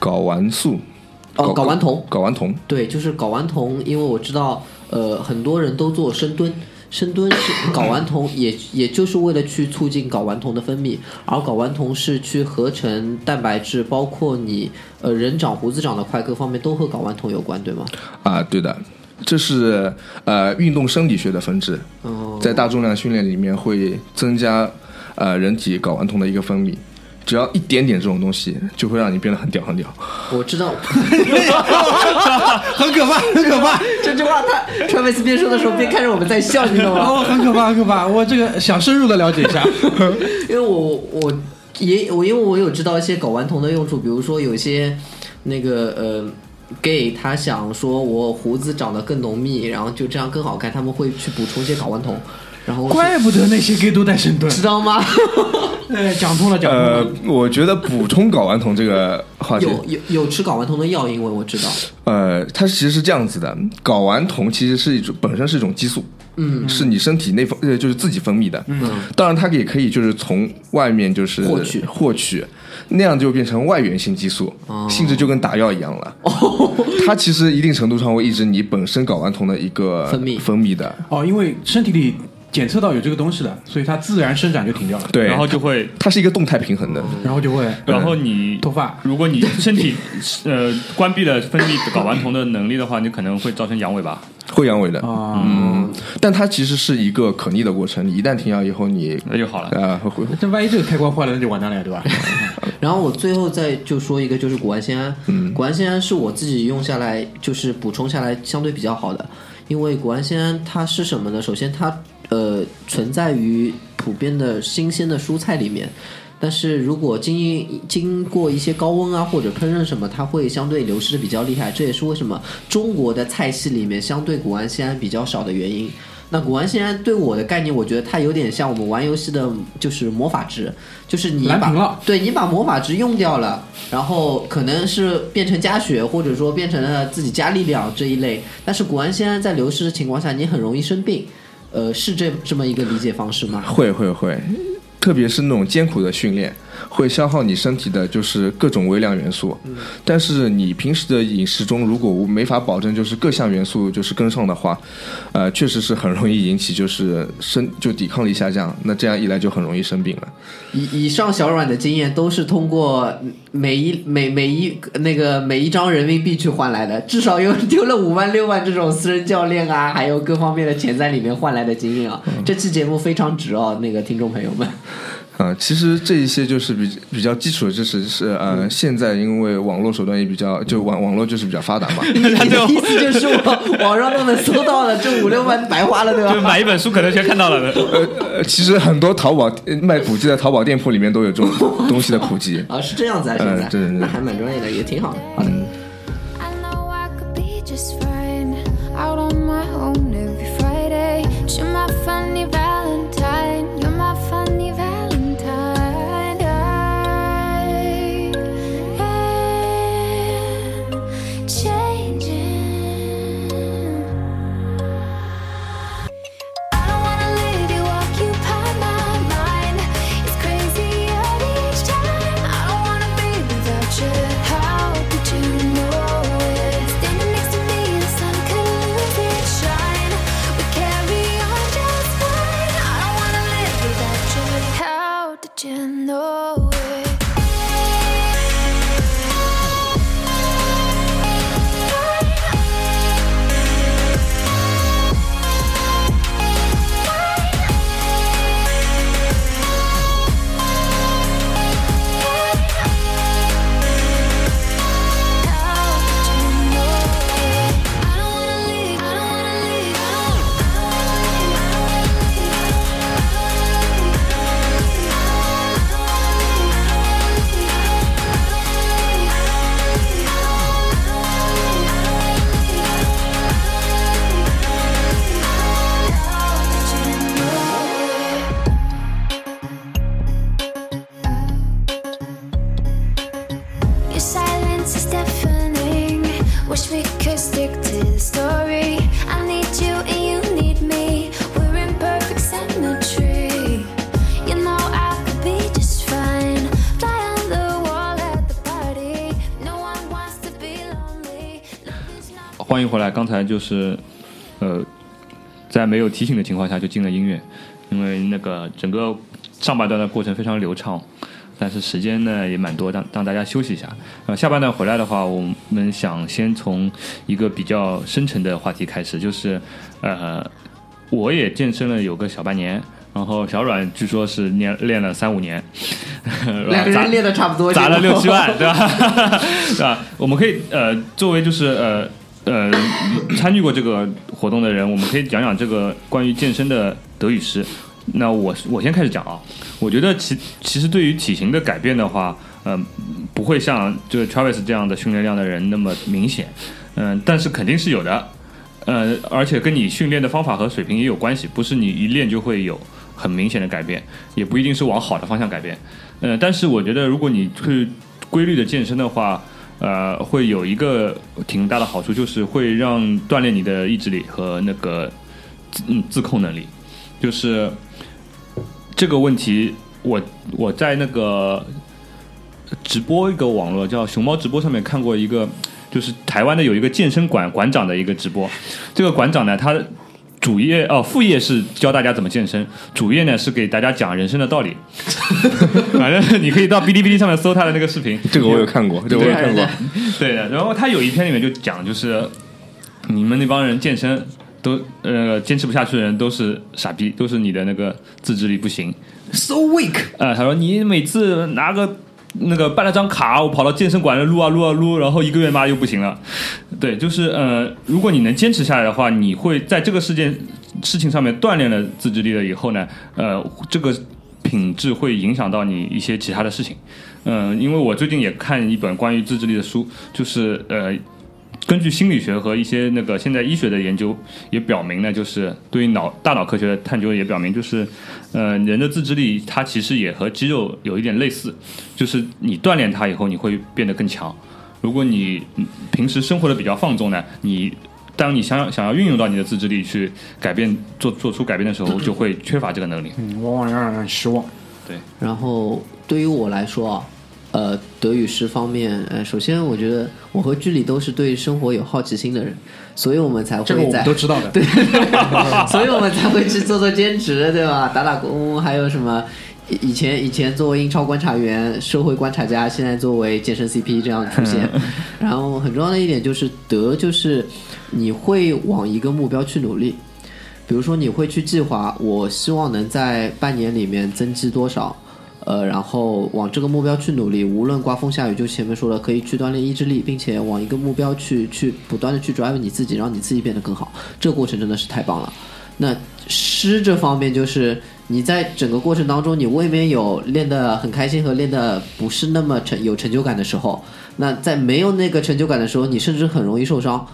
睾丸素，
哦，睾丸酮，
睾丸酮，
对，就是睾丸酮，因为我知道，呃，很多人都做深蹲，深蹲是睾丸酮也，也就是为了去促进睾丸酮的分泌，而睾丸酮是去合成蛋白质，包括你呃人长胡子长得快，各方面都和睾丸酮有关，对吗？
啊，对的，这是呃运动生理学的分支，
哦，
在大重量训练里面会增加呃人体睾丸酮的一个分泌，只要一点点这种东西，就会让你变得很屌很屌。
我知道
很可怕，很可 怕，
这句话他，Travis 边说的时候边看着我们在笑，你知道吗？
哦，很可怕，很可怕。我这个想深入的了解一 下。
呃
因为我我也我因为我有知道一些睾丸酮的用处，比如说有些那个呃 gay 他想说我胡子长得更浓密，然后就这样更好看，他们会去补充一些睾丸酮，然后
怪不得那些 gay 都带深蹲。
知道吗？
哎，讲通了，讲通了。
呃，我觉得补充睾丸酮这个话题，
有有有吃睾丸酮的药，因为我知道，
呃，它其实是这样子的，睾丸酮其实是一种本身是一种激素，嗯，是你身体内分呃就是自己分泌的，嗯，当然它也可以就是从外面就是
获取
获取，那样就变成外源性激素，
哦
性质就跟打药一样 了。它其实一定程度上会抑制你本身睾丸酮的一个
分泌
分泌的，
哦，因为身体里检测到有这个东西的，所以它自然生长就停掉了，
对，
然后就会，
它是一个动态平衡的，
嗯
然后就会
然后你
脱发
如果你身体呃关闭了分泌睾丸酮的能力的话，你可能会造成阳痿吧？
会阳痿的。
啊。
嗯，
但它其实是一个可逆的过程。你一旦停药以后，你
那就好了。
啊会会
但万一这个开关坏了，那就完蛋了呀，对吧？
然后我最后再就说一个，就是古玩仙安。嗯，古玩仙安是我自己用下来，就是补充下来相对比较好的，因为古玩仙安它是什么呢？首先它呃存在于普遍的新鲜的蔬菜里面。但是如果经营经过一些高温啊或者烹饪什么，它会相对流失的比较厉害，这也是为什么中国的菜系里面相对古玩仙安比较少的原因。那古玩仙安对我的概念，我觉得它有点像我们玩游戏的，就是魔法值，就是你
蓝
把
屏了
对你把魔法值用掉了，然后可能是变成加血，或者说变成了自己加力量这一类。但是古玩仙安在流失的情况下，你很容易生病，呃，是这这么一个理解方式吗？
会会会，特别是那种艰苦的训练，会消耗你身体的就是各种微量元素。但是你平时的饮食中，如果没法保证就是各项元素就是跟上的话，呃，确实是很容易引起就是身就抵抗力下降。那这样一来就很容易生病了。
以以上小软的经验都是通过每一每每一那个每一张人民币去换来的，至少有丢了五万六万这种私人教练啊，还有各方面的钱在里面换来的经验啊。这期节目非常值哦，那个听众朋友们，
啊、其实这一些就是比比较基础的知识是呃，现在因为网络手段也比较，就网网络就是比较发达嘛，
你你的意思就是我网上都能搜到了，这五六万白花了对
就
吧？
买一本书可能全看到了的。
呃，呃其实很多淘宝呃卖补剂的淘宝店铺里面都有这种东西的普及。
啊，是这样子啊，现
呃
在、
嗯对对对
那还蛮专业的，也挺好的。好的，
I know I could be just fine out on my own every Friday. But you're my funny Valentine. You're my funny Valentine. I am changing. I don't wanna let you occupy my mind. It's crazier each time. I don't wanna be without you. How could you know it? Standing next to me, the sun could lose its shine. We carry on just fine. I don't wanna live without you. How did you know it? Your silence is deafening. Wish we could stick to the story. I need you and you need me. We're in perfect symmetry. You know I could be just fine. Fly on the wall at the party. No one wants to be lonely. Love is not.
欢迎回来，刚才就是呃，在没有提醒的情况下就进了音乐，因为那个整个上半段的过程非常流畅，但是时间呢也蛮多，让让大家休息一下。呃，下半段回来的话，我们想先从一个比较深沉的话题开始，就是呃，我也健身了有个小半年。然后小阮据说是练练了三五年，
两个
咱
人练的差不多，
砸了
结
六
果
七万，对吧？ 对吧？我们可以呃，作为就是呃呃参与过这个活动的人，我们可以讲讲这个关于健身的得与失。那我我先开始讲啊，我觉得其其实对于体型的改变的话，嗯、不会像就是 Travis 这样的训练量的人那么明显，嗯、但是肯定是有的，呃，而且跟你训练的方法和水平也有关系，不是你一练就会有很明显的改变，也不一定是往好的方向改变。呃，但是我觉得如果你去规律的健身的话，呃，会有一个挺大的好处，就是会让锻炼你的意志力和那个自嗯自控能力。就是这个问题，我我在那个直播一个网络叫熊猫直播上面看过一个，就是台湾的有一个健身馆馆长的一个直播。这个馆长呢，他主业哦副业是教大家怎么健身，主业呢是给大家讲人生的道理。 反正你可以到哔哩哔哩上面搜他的那个视频，
这个我有看过，这个我有看过。
对的，然后他有一篇里面就讲，就是你们那帮人健身都呃坚持不下去的人都是傻逼，都是你的那个自制力不行。
So weak，
呃，他说你每次拿个那个办了张卡，我跑到健身馆里撸啊撸啊撸，然后一个月妈又不行了。对，就是呃，如果你能坚持下来的话，你会在这个事件事情上面锻炼了自制力了以后呢，呃，这个品质会影响到你一些其他的事情。嗯、因为我最近也看一本关于自制力的书，就是呃。根据心理学和一些那个现在医学的研究，也表明呢，就是对于脑大脑科学的探究也表明，就是呃人的自制力它其实也和肌肉有一点类似，就是你锻炼它以后，你会变得更强。如果你嗯平时生活的比较放纵呢，你当你想要想要运用到你的自制力去改变做做出改变的时候，就会缺乏这个能力。
嗯往往让人失望。
然后对于我来说啊，呃，德语诗方面，呃，首先我觉得我和居里都是对生活有好奇心的人，所以我们才
这个
会
我们
在
都知道的。
对， 所以我们才会去做做兼职，啊对吧？打打工，还有什么？以以前以前作为英超观察员、社会观察家，现在作为健身 CP 这样出现。然后很重要的一点就是德，就是你会往一个目标去努力。比如说，你会去计划，我希望能在半年里面增肌多少，呃，然后往这个目标去努力，无论刮风下雨，就前面说了，可以去锻炼意志力，并且往一个目标去去不断的去 drive 你自己，让你自己变得更好。这个过程真的是太棒了。那诗这方面，就是你在整个过程当中，你未免有练得很开心和练得不是那么成有成就感的时候。那在没有那个成就感的时候，你甚至很容易受伤。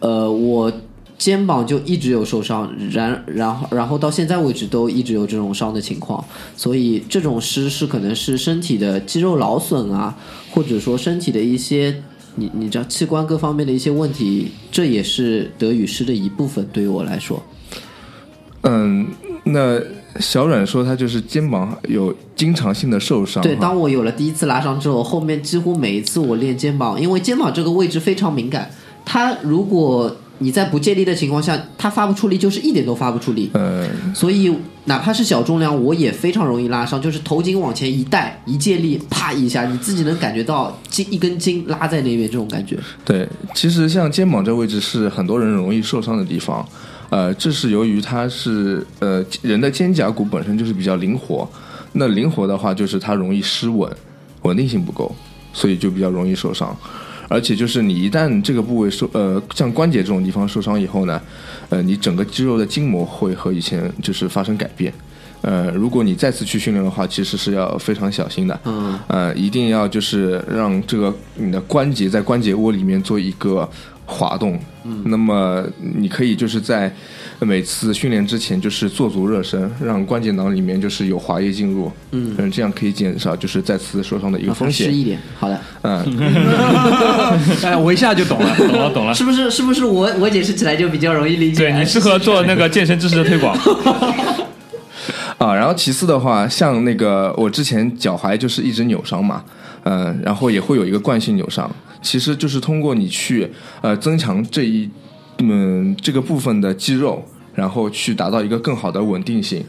呃，我肩膀就一直有受伤，然然后然后到现在为止都一直有这种伤的情况，所以这种湿是可能是身体的肌肉劳损啊，或者说身体的一些你你知道器官各方面的一些问题，这也是得与失的一部分。对于我来说，
嗯，那小阮说他就是肩膀有经常性的受伤哈，
对，当我有了第一次拉伤之后，后面几乎每一次我练肩膀，因为肩膀这个位置非常敏感，它如果你在不借力的情况下，它发不出力，就是一点都发不出力。
呃，
所以哪怕是小重量，我也非常容易拉伤，就是头颈往前一带，一借力，啪一下，你自己能感觉到筋一根筋拉在那边这种感觉。
对，其实像肩膀这位置是很多人容易受伤的地方，呃，这是由于它是呃人的肩胛骨本身就是比较灵活，那灵活的话就是它容易失稳，稳定性不够，所以就比较容易受伤。而且就是你一旦这个部位受呃像关节这种地方受伤以后呢，呃，你整个肌肉的筋膜会和以前就是发生改变。呃，如果你再次去训练的话，其实是要非常小心的。
嗯，
呃，一定要就是让这个你的关节在关节窝里面做一个滑动。嗯，那么你可以就是在每次训练之前就是做足热身，让关节囊里面就是有滑液进入。嗯，这样可以减少就是再次受伤的一个
让它
风
啊湿
险。
一点。好的，
啊
嗯，
哎，我一下就 懂了。
懂了，懂了。
是不是？是不是我我解释起来就比较容易理解？啊
对你适合做那个健身知识的 推广，
啊，然后其次的话，像那个我之前脚踝就是一直扭伤嘛，嗯、然后也会有一个惯性扭伤，其实就是通过你去呃增强这一嗯这个部分的肌肉，然后去达到一个更好的稳定性。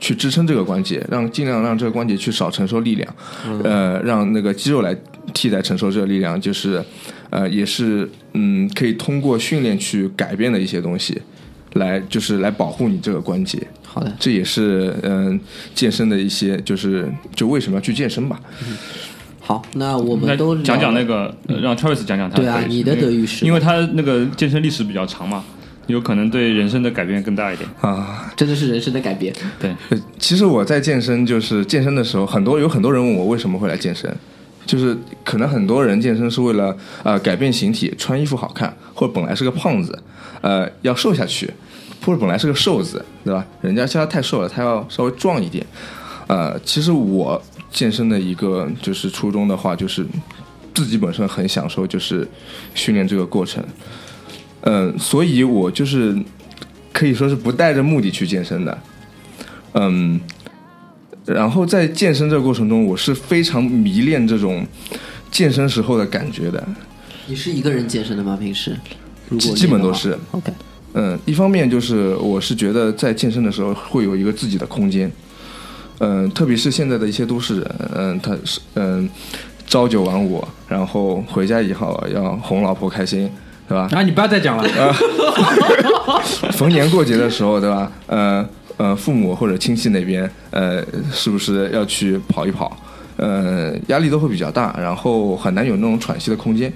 去支撑这个关节，让尽量让这个关节去少承受力量，呃，让那个肌肉来替代承受这个力量，就是，呃，也是嗯，可以通过训练去改变的一些东西，来就是来保护你这个关节。
好的，
这也是嗯、健身的一些，就是就为什么要去健身吧？
好，那我
那
们都聊
讲讲那个，呃让 Travis 讲讲他
对啊
德语
你的
因为
德语是
因为他那个健身历史比较长嘛，有可能对人生的改变更大一点。
嗯
啊，
真的是人生的改变。
对，
呃 其实我在健身，就是健身的时候，很多有很多人问我为什么会来健身，就是可能很多人健身是为了呃改变形体，穿衣服好看，或者本来是个胖子，呃要瘦下去，或者本来是个瘦子，对吧？人家现在太瘦了，他要稍微壮一点。呃，其实我健身的一个就是初衷的话，就是自己本身很享受就是训练这个过程，嗯、所以我就是可以说是不带着目的去健身的，嗯，然后在健身这个过程中，我是非常迷恋这种健身时候的感觉的。
你是一个人健身的吗？平时？如果
基
你
基本
的
都
话
是
OK。
嗯，一方面就是我是觉得在健身的时候会有一个自己的空间，嗯，特别是现在的一些都市人，嗯，他是嗯朝九晚五，然后回家以后要哄老婆开心，对吧？
啊，你不要再讲了，
逢年过节的时候，对吧？呃呃，父母或者亲戚那边，呃，是不是要去跑一跑？呃，压力都会比较大，然后很难有那种喘息的空间。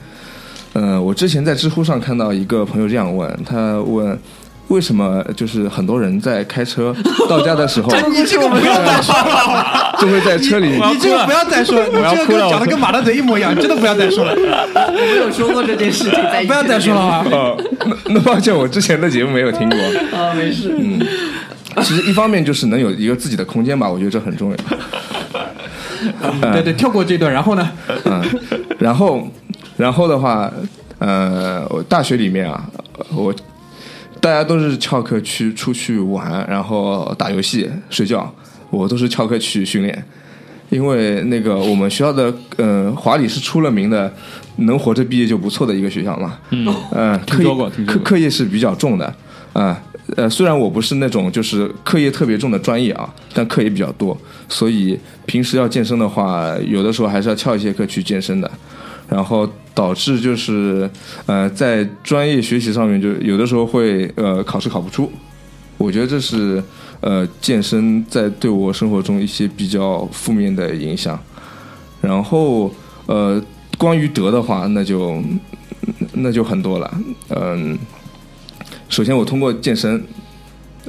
呃，我之前在知乎上看到一个朋友这样问，他问为什么就是很多人在 开车到家的时候，
这个不要再说了，
就会在车里
你这个不要再说了，你
要
这个
哭
跟
了
讲的跟马大嘴一模一 样，真的不要再说了，
我们有说过这件事情，在
不要再说了啊！
哦，那那抱歉，我之前的节目没有听过。
啊，没事。
其实一方面就是能有一个自己的空间吧，我觉得这很重要。
对对，跳过这段，然后呢？
嗯， 然后，然后的话，呃，我大学里面啊，我大家都是翘课去出去玩，然后打游戏、睡觉，我都是翘课去训练。因为那个我们学校的呃华理是出了名的，能活着毕业就不错的一个学校嘛。嗯，呃，课
听说过
业
听说
课
过
课业是比较重的啊、呃，虽然我不是那种就是课业特别重的专业啊，但课也比较多，所以平时要健身的话，有的时候还是要翘一些课去健身的。然后导致就是，呃，在专业学习上面，就有的时候会呃考试考不出，我觉得这是呃健身在对我生活中一些比较负面的影响。然后呃，关于德的话，那就那就很多了。嗯、首先我通过健身，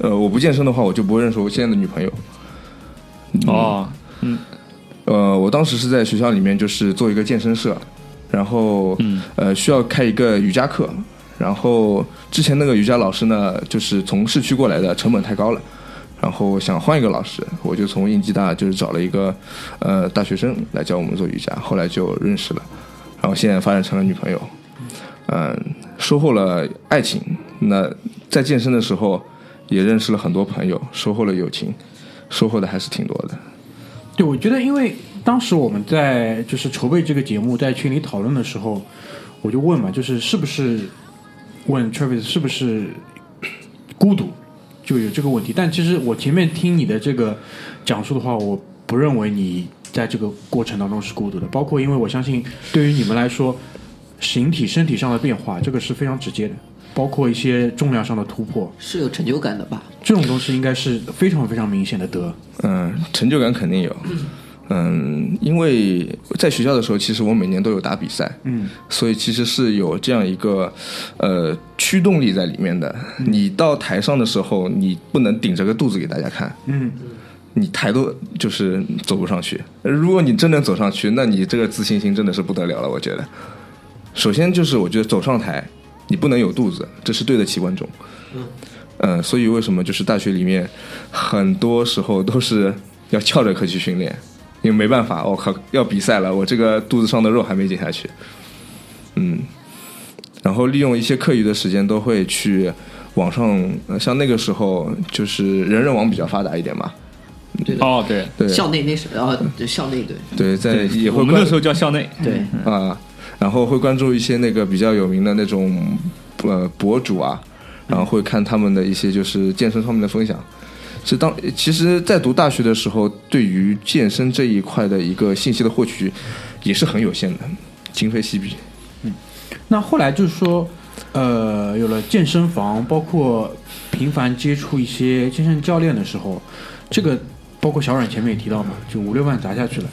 呃，我不健身的话，我就不会认识我现在的女朋友。
哦，
呃，我当时是在学校里面就是做一个健身社，然后、呃需要开一个瑜伽课，然后之前那个瑜伽老师呢，就是从市区过来的，成本太高了。然后想换一个老师，我就从应济大就是找了一个呃大学生来教我们做瑜伽，后来就认识了，然后现在发展成了女朋友，嗯、收获了爱情。那在健身的时候也认识了很多朋友，收获了友情，收获的还是挺多的。
对，我觉得因为当时我们在就是筹备这个节目，在群里讨论的时候，我就问嘛，就是是不是问 Travis 是不是孤独，就有这个问题。但其实我前面听你的这个讲述的话，我不认为你在这个过程当中是孤独的。包括因为我相信，对于你们来说，形体身体上的变化，这个是非常直接的。包括一些重量上的突破，
是有成就感的吧？
这种东西应该是非常非常明显的得。
嗯，成就感肯定有。嗯，因为在学校的时候，其实我每年都有打比赛，
嗯，
所以其实是有这样一个呃驱动力在里面的。
嗯
你到台上的时候，你不能顶着个肚子给大家看，
嗯，
你抬都就是走不上去。如果你真能走上去，那你这个自信心真的是不得了了。我觉得，首先就是我觉得走上台，你不能有肚子，这是对得起观众。嗯、所以为什么就是大学里面很多时候都是要翘着课去训练，因为没办法，我、靠，要比赛了，我这个肚子上的肉还没减下去。嗯，然后利用一些课余的时间，都会去网上，呃像那个时候就是人人网比较发达一点嘛，
对的，
哦，对，
对
校内那是啊，对校内对
对，在也
我
会
们那
关
时候叫校内，
对，
啊，然后会关注一些那个比较有名的那种呃博主啊，然后会看他们的一些就是健身方面的分享。是当其实，在读大学的时候，对于健身这一块的一个信息的获取也是很有限的，今非昔比。
那后来就是说，呃，有了健身房，包括频繁接触一些健身教练的时候，这个包括小冉前面也提到嘛，就五六万砸下去了。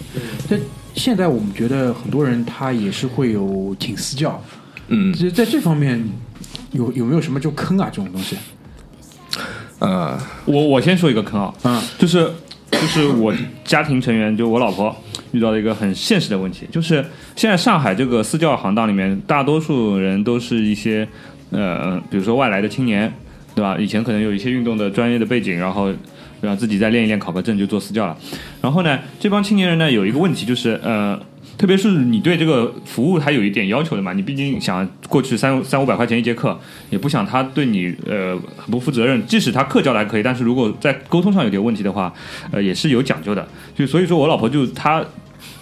但现在我们觉得很多人他也是会有请私教，
嗯
其实在这方面有有没有什么就坑啊这种东西？
啊、
我我先说一个坑啊，
嗯
就是就是我家庭成员，就我老婆遇到了一个很现实的问题，就是现在上海这个私教行当里面，大多数人都是一些呃，比如说外来的青年，对吧？以前可能有一些运动的专业的背景，然后然后自己再练一练，考个证就做私教了。然后呢，这帮青年人呢有一个问题就是呃。特别是你对这个服务还有一点要求的嘛，你毕竟想过去三三五百块钱一节课，也不想他对你呃很不负责任。即使他课教的还可以，但是如果在沟通上有点问题的话，呃也是有讲究的。就所以说我老婆就她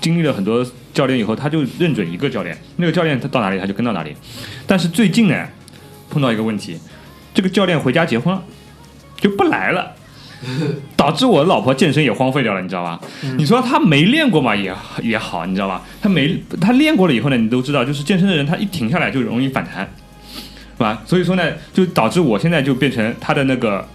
经历了很多教练以后，她就认准一个教练，那个教练他到哪里她就跟到哪里。但是最近呢，碰到一个问题，这个教练回家结婚了，就不来了。导致我老婆健身也荒废掉了，你知道吧？你说她没练过嘛，也也好，你知道吧？她没她练过了以后呢，你都知道，就是健身的人，她一停下来就容易反弹。吧？所以说呢，就导致我现在就变成他的那个，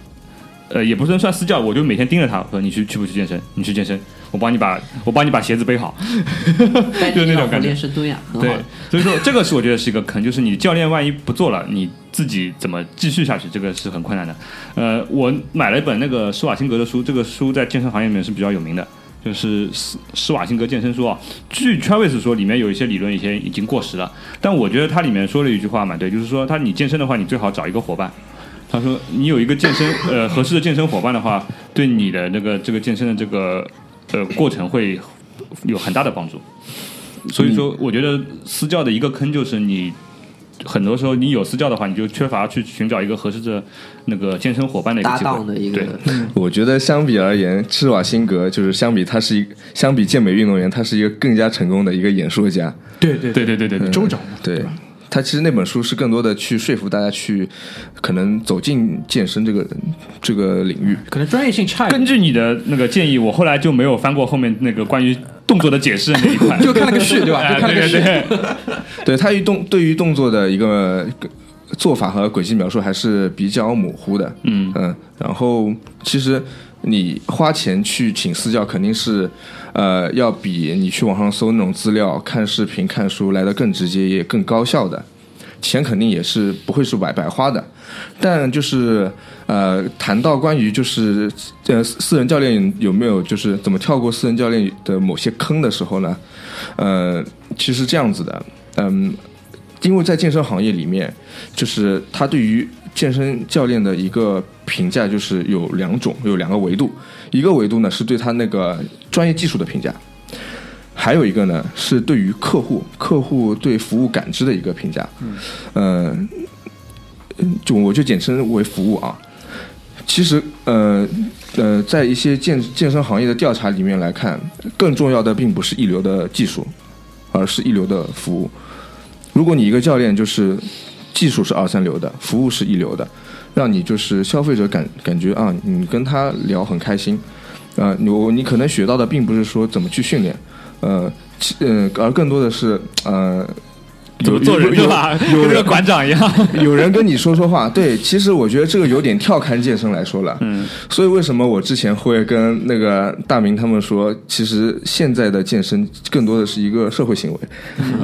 呃，也不能算私教，我就每天盯着他，我说你去去不去健身？你去健身，我帮你把我帮你把鞋子背好，
带
就
着
是
你
那
老
种
婆
感觉
练。深蹲呀，很好
对。，所以说这个是我觉得是一个坑，就是你教练万一不做了，你自己怎么继续下去，这个是很困难的。呃，我买了一本那个施瓦辛格的书，这个书在健身行业里面是比较有名的，就是施施瓦辛格健身书啊。据 Travis 说，里面有一些理论以前已经过时了，但我觉得它里面说了一句话蛮对，就是说他你健身的话，你最好找一个伙伴。他说：“你有一个健身呃合适的健身伙伴的话，对你的那个这个健身的这个呃过程会有很大的帮助。所以说，我觉得私教的一个坑就是你很多时候你有私教的话，你就缺乏去寻找一个合适的那个健身伙伴的一个
搭
机会
档的一
对
个，
我觉得相比而言，施瓦辛格就是相比他是一相比健美运动员，他是一个更加成功的一个演说家。
对对
对对对对对
嗯
州长嘛，
对他其实那本书是更多的去说服大家去可能走进健身这个这个领 域。
可能专业性差一
根
点，
据你的那个建议，我后来就没有翻过后面那个关于动作的解释那一块，
就看了个序对吧
哎
就看了个序
对对对
对他与动对于动作的一个做法和轨迹描述还是比较模糊的。
嗯
嗯，然后其实你花钱去请私教，肯定是呃要比你去网上搜那种资料、看视频、看书来的更直接，也更高效的。钱肯定也是不会是白白花的，但就是呃，谈到关于就是呃私人教练有没有就是怎么跳过私人教练的某些坑的时候呢？呃，其实这样子的，嗯，因为在健身行业里面，就是他对于健身教练的一个评价，就是有两种，有两个维度，一个维度呢是对他那个专业技术的评价，还有一个呢是对于客户客户对服务感知的一个评价。嗯，呃，就我就简称为服务啊。其实，呃，呃，在一些健健身行业的调查里面来看，更重要的并不是一流的技术，而是一流的服务。如果你一个教练就是技术是二三流的，服务是一流的，让你就是消费者感感觉啊，你跟他聊很开心，啊，你我你可能学到的并不是说怎么去训练，呃，其呃，而更多的是呃。
怎
有
么做人对吧？
有
跟
有
这个
人
馆长一样，
有人跟你说说话，对，其实我觉得这个有点跳开健身来说了，嗯，所以为什么我之前会跟那个大明他们说，其实现在的健身更多的是一个社会行为，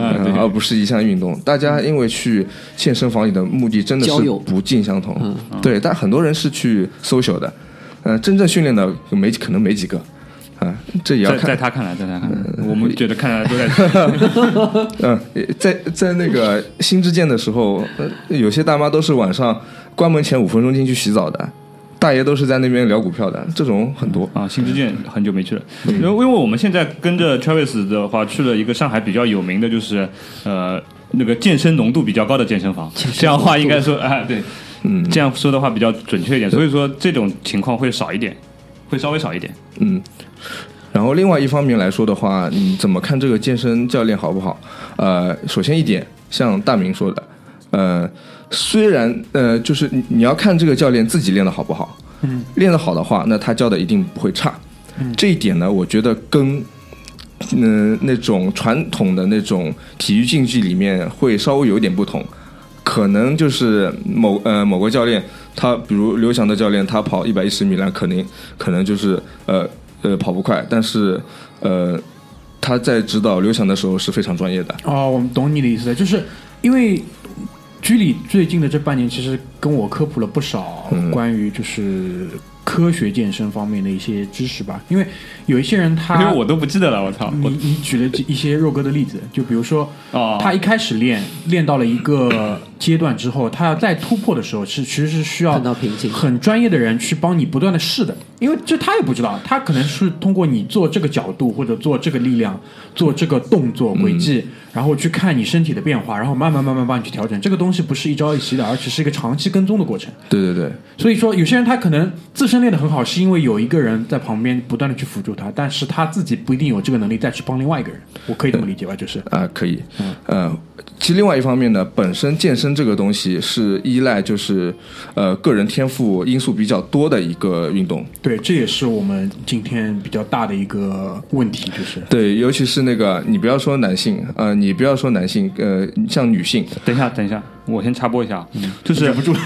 啊对
嗯而不是一项运动。大家因为去健身房里的目的真的
交
是
友
不尽相同，
嗯
对，但很多人是去 social 的，嗯，真正训练的没可能没几个，啊，这也要
在
看
在他看来，在他看来，我们觉得看来都在
嗯，在在那个新之健的时候，呃有些大妈都是晚上关门前五分钟进去洗澡的，大爷都是在那边聊股票的，这种很多。
啊，新之剑很久没去了，因为因为我们现在跟着 Travis 的话，去了一个上海比较有名的，就是呃那个健身浓度比较高的健身房。这样的话应该说啊，对，
嗯
这样说的话比较准确一点。所以说这种情况会少一点，会稍微少一点。
嗯。然后另外一方面来说的话，你怎么看这个健身教练好不好？呃，首先一点，像大明说的，呃，虽然呃，就是你你要看这个教练自己练的好不好，嗯，练得好的话，那他教的一定不会差。这一点呢，我觉得跟嗯、那种传统的那种体育竞技里面会稍微有一点不同，可能就是某呃某个教练，他比如刘翔的教练，他跑一百一十米栏，可能可能就是呃呃跑不快，但是呃他在指导刘翔的时候是非常专业的，
哦，我们懂你的意思了，就是因为居里最近的这半年，其实跟我科普了不少
嗯
关于就是科学健身方面的一些知识吧。因为有一些人他，
因为我都不记得了，我操！
你
我
你举了几一些肉哥的例子，就比如说，
哦
他一开始练练到了一个阶段之后，他要再突破的时候，是其实是需要
碰到瓶颈
很专业的人去帮你不断的试的，因为这他也不知道，他可能是通过你做这个角度或者做这个力量、做这个动作轨迹，
嗯
然后去看你身体的变化，然后慢慢慢慢帮你去调整。这个东西不是一朝一夕的，而且是一个长期跟踪的过程。
对对对，
所以说，有些人他可能自身练得很好，是因为有一个人在旁边不断的去辅助他，但是他自己不一定有这个能力再去帮另外一个人。我可以这么理解吧？就是
嗯啊、可以，呃，其实另外一方面呢，本身健身身这个东西是依赖就是呃个人天赋因素比较多的一个运动。
对，这也是我们今天比较大的一个问题，就是
对，尤其是那个你不要说男性，呃，你不要说男性，呃，像女性，
等一下，等一下，我先插播一下啊，就是忍不住了。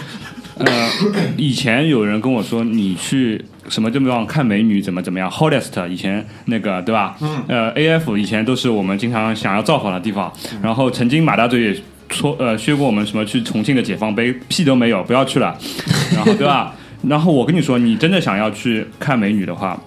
呃，以前有人跟我说，你去什么地方看美女怎么怎么样，Hottest 以前那个对吧？嗯。呃，AF 以前都是我们经常想要造访的地方，然后曾经马大嘴也说呃削过我们什么去重庆的解放碑，屁都没有，不要去 了，然后对吧？然后我跟你说，你真的想要去看美女的话，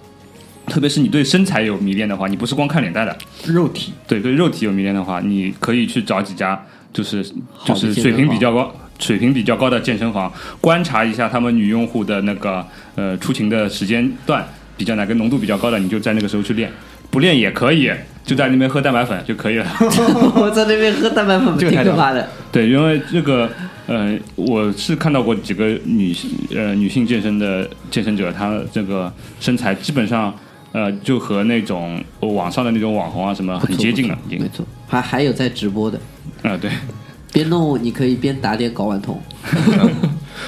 特别是你对身材有迷恋的话，你不是光看脸蛋的，
肉体。
对对肉体有迷恋的话，你可以去找几家就是
好
就
的
是
健身
水平
房
比较高。水平比较高的健身房，观察一下他们女用户的那个呃出勤的时间段，比较哪个浓度比较高的，你就在那个时候去练，不练也可以，就在那边喝蛋白粉就可以了。
我在那边喝蛋白粉，
这
挺
个太
可怕的。
对，因为这个，呃，我是看到过几个女性呃女性健身的健身者，她这个身材基本上呃就和那种网上的那种网红啊什么很接近了，已经
没错。还还有在直播的，
啊、对。
边弄你可以边打点睾丸酮。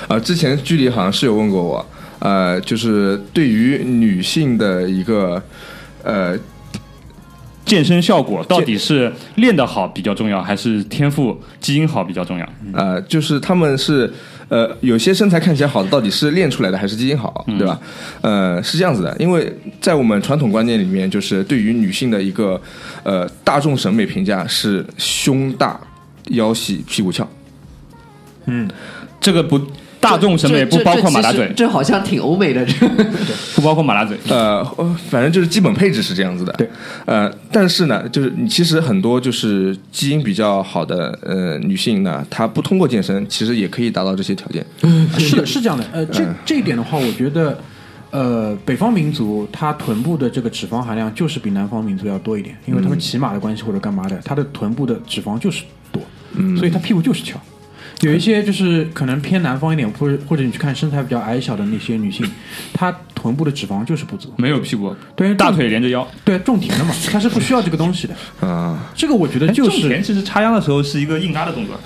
呃，之前剧里好像是有问过我，呃，就是对于女性的一个呃
健身效果到底是练得好比较重要，还是天赋基因好比较重要？
呃，就是他们是呃，有些身材看起来好的，到底是练出来的还是基因好，对吧？呃，是这样子的，因为在我们传统观念里面，就是对于女性的一个呃大众审美评价是胸大、腰细、屁股翘。
这个不大众审美
这
不包括马大
这
嘴
这，这好像挺欧美的，这
不包括马大嘴。
呃，呃反正就是基本配置是这样子的。
对，
呃，但是呢，就是你其实很多就是基因比较好的呃女性呢，她不通过健身，其实也可以达到这些条件。
是 的，是这样的。呃，这
嗯
这一点的话，我觉得，呃，北方民族他臀部的这个脂肪含量就是比南方民族要多一点，因为他们骑马的关系或者干嘛的，他的臀部的脂肪就是多，
嗯
所以他屁股就是翘。有一些就是可能偏南方一点，或者或者你去看身材比较矮小的那些女性，她臀部的脂肪就是不足，
没有屁股，
对
大腿连着腰。
对重田的嘛，她是不需要这个东西的。
啊、
这个我觉得就
哎重田
是
其实插秧的时候是一个硬拉的动作，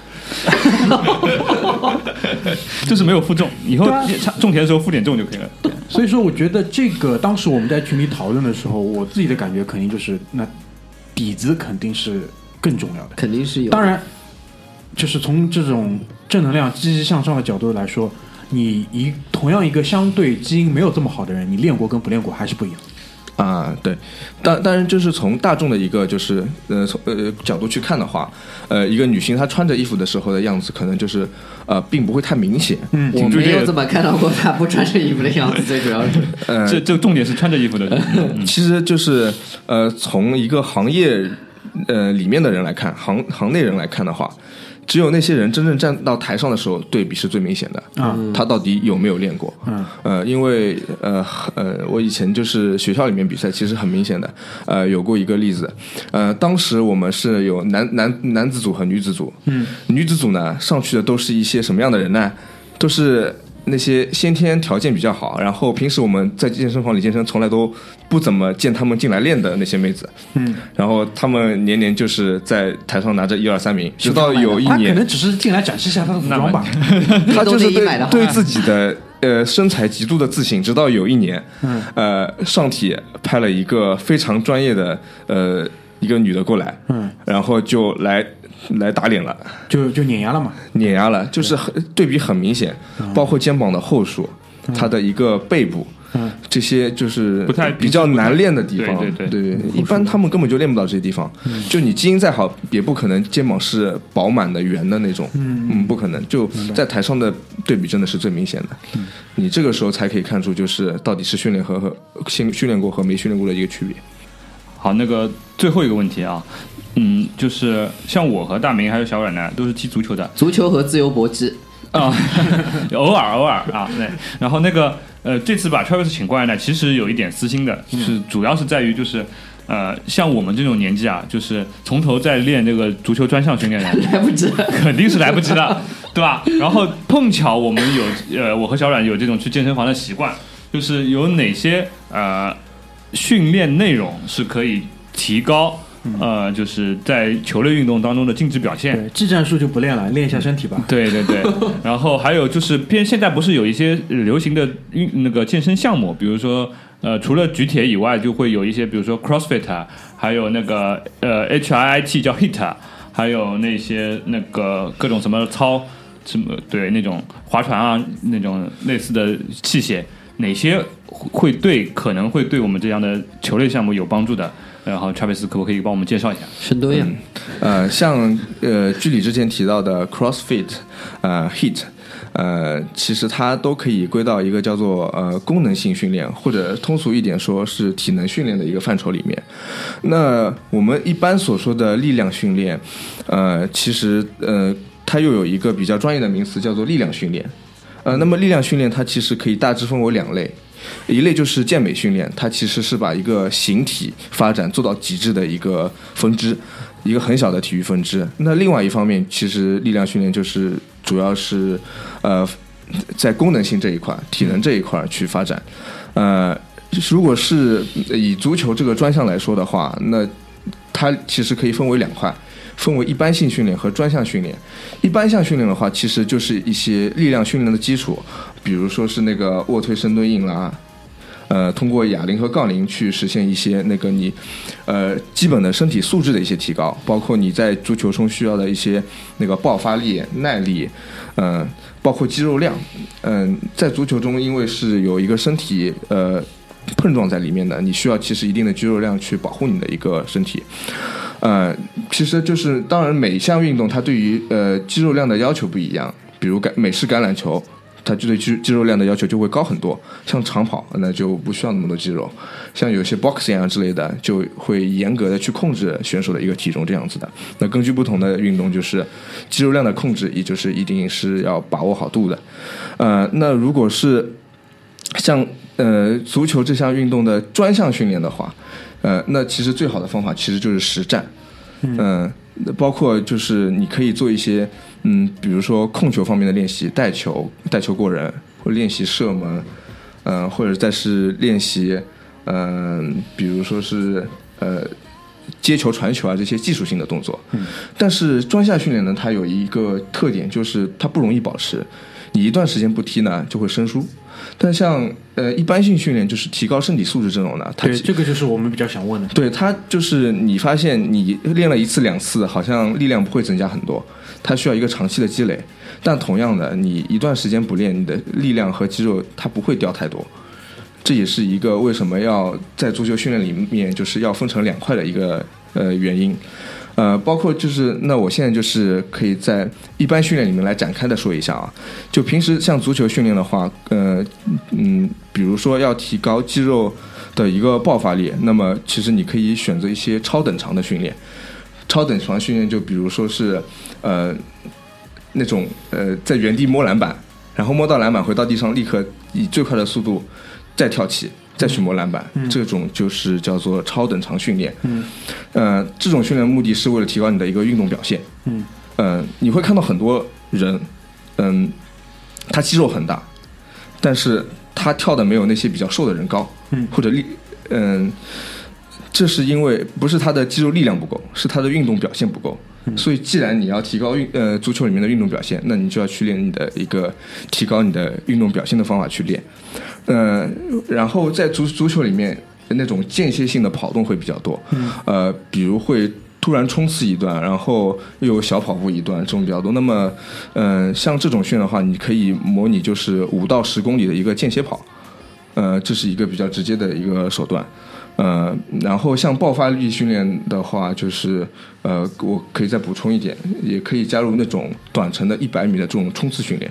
就是没有负重。以后
对啊
插种田的时候负点重就可以了。
所以说，我觉得这个当时我们在群里讨论的时候，我自己的感觉肯定就是，那底子肯定是更重要的。
肯定是有。
当，然，就是从这种正能量、积极向上的角度来说，你一同样一个相对基因没有这么好的人，你练过跟不练过还是不一样。
啊，对，当当然就是从大众的一个就是呃从呃角度去看的话，呃，一个女性她穿着衣服的时候的样子，可能就是呃并不会太明显。
嗯
我
挺注意
没有
的
怎么看到过他不穿上衣服的样子，最主 要是。
呃，
这这重点是穿着衣服的。
其实就是呃，从一个行业呃里面的人来看，行行内人来看的话，只有那些人真正站到台上的时候，对比是最明显的。
啊
他到底有没有练过？
嗯，
呃，因为呃呃，我以前就是学校里面比赛，其实很明显的，呃，有过一个例子，呃，当时我们是有男男男子组和女子组，嗯，女子组呢上去的都是一些什么样的人呢？都是那些先天条件比较好，然后平时我们在健身房里健身，从来都不怎么见他们进来练的那些妹子，
嗯，
然后他们年年就是在台上拿着一二三名，直到有一
他可
年
能只是进来展示一下他的服装 吧。
他就是
运动内衣
对
买的好
对自己的呃身材极度的自信，直到有一年，
嗯
呃，上体派了一个非常专业的呃一个女的过来，
嗯，
然后就来来打脸了，
就就碾压了嘛。
碾压了，就是很对嗯比很明显，包括肩膀的后束，她的一个背部。
嗯
这些就是
不太
比较难练的地方，
对对
对一般他们根本就练不到这些地方。就你基因再好，也不可能肩膀是饱满的、圆的那种，嗯不可能。就在台上的对比真的是最明显的，你这个时候才可以看出，就是到底是训练和和训训练过和没训练过的一个区别。
好，那个最后一个问题啊，嗯，就是像我和大明还有小阮呢，都是踢足球的，
足球和自由搏击，
啊、偶尔偶尔啊，对。然后那个呃，这次把 Travis 请过来呢，其实有一点私心的，是主要是在于就是。呃，像我们这种年纪啊，就是从头在练这个足球专项训练的，
来不及。
肯定是来不及的，对吧？然后碰巧我们有呃，我和小冉有这种去健身房的习惯，就是有哪些呃训练内容是可以提高呃，就是在球类运动当中的竞技表现。
对，技战术就不练了，练一下身体吧。
对对对，然后还有就是偏现在不是有一些呃流行的运那个健身项目，比如说呃除了举铁以外，就会有一些比如说 CrossFit，啊还有那个呃 HIIT 叫 HIT，啊还有那些那个各种什么操什么对那种划船啊那种类似的器械，哪些会对可能会对我们这样的球类项目有帮助的？然后 Travis 可不可以帮我们介绍一下？
深蹲呀，
嗯
呃，像呃剧里之前提到的 CrossFit，呃 HIT，呃，其实它都可以归到一个叫做呃功能性训练，或者通俗一点说是体能训练的一个范畴里面。那我们一般所说的力量训练，呃，其实呃它又有一个比较专业的名词叫做力量训练。呃，那么力量训练它其实可以大致分为两类，一类就是健美训练，它其实是把一个形体发展做到极致的一个分支，一个很小的体育分支。那另外一方面，其实力量训练就是主要是呃在功能性这一块、体能这一块去发展。呃，就是如果是呃以足球这个专项来说的话，那它其实可以分为两块，分为一般性训练和专项训练。一般项训练的话，其实就是一些力量训练的基础，比如说是那个卧推、深蹲、硬拉，呃，通过哑铃和杠铃去实现一些那个你呃基本的身体素质的一些提高，包括你在足球中需要的一些那个爆发力、耐力，嗯、包括肌肉量，嗯、在足球中因为是有一个身体呃碰撞在里面的，你需要其实一定的肌肉量去保护你的一个身体。呃，其实就是当然每项运动它对于呃肌肉量的要求不一样，比如橄美式橄榄球，它就对肌肌肉量的要求就会高很多。像长跑那就不需要那么多肌肉，像有些 boxing 啊之类的就会严格的去控制选手的一个体重这样子的。那根据不同的运动，就是肌肉量的控制，也就是一定是要把握好度的。呃，那如果是像呃足球这项运动的专项训练的话，呃，那其实最好的方法其实就是实战，嗯、那包括就是你可以做一些嗯，比如说控球方面的练习，带球、带球过人，或者练习射门，嗯、或者再是练习，嗯、比如说是呃接球、传球啊这些技术性的动作。但是专项训练呢，它有一个特点，就是它不容易保持。你一段时间不踢呢，就会生疏。但像呃一般性训练，就是提高身体素质这种呢，它
对，
其
这个就是我们比较想问的。
对它就是你发现你练了一次两次，好像力量不会增加很多，它需要一个长期的积累。但同样的，你一段时间不练，你的力量和肌肉它不会掉太多。这也是一个为什么要在足球训练里面就是要分成两块的一个呃原因。呃，包括就是那我现在就是可以在一般训练里面来展开的说一下啊，就平时像足球训练的话，呃，嗯，比如说要提高肌肉的一个爆发力，那么其实你可以选择一些超等长的训练。超等长训练就比如说是呃那种呃在原地摸篮板，然后摸到篮板回到地上，立刻以最快的速度再跳起。
嗯
再去摸篮板，这种就是叫做超等长训练。嗯，呃，这种训练目的是为了提高你的一个运动表现。
嗯，
呃，你会看到很多人，嗯，他肌肉很大，但是他跳的没有那些比较瘦的人高，
嗯
或者力，嗯，这是因为不是他的肌肉力量不够，是他的运动表现不够。
嗯
所以，既然你要提高运呃足球里面的运动表现，那你就要去练你的一个提高你的运动表现的方法去练。呃，然后在足足球里面，那种间歇性的跑动会比较多，呃，比如会突然冲刺一段，然后又有小跑步一段，这种比较多。那么，呃，像这种训练的话，你可以模拟就是五到十公里的一个间歇跑，呃，这是一个比较直接的一个手段。呃，然后像爆发力训练的话，就是呃，我可以再补充一点，也可以加入那种短程的100米的这种冲刺训练，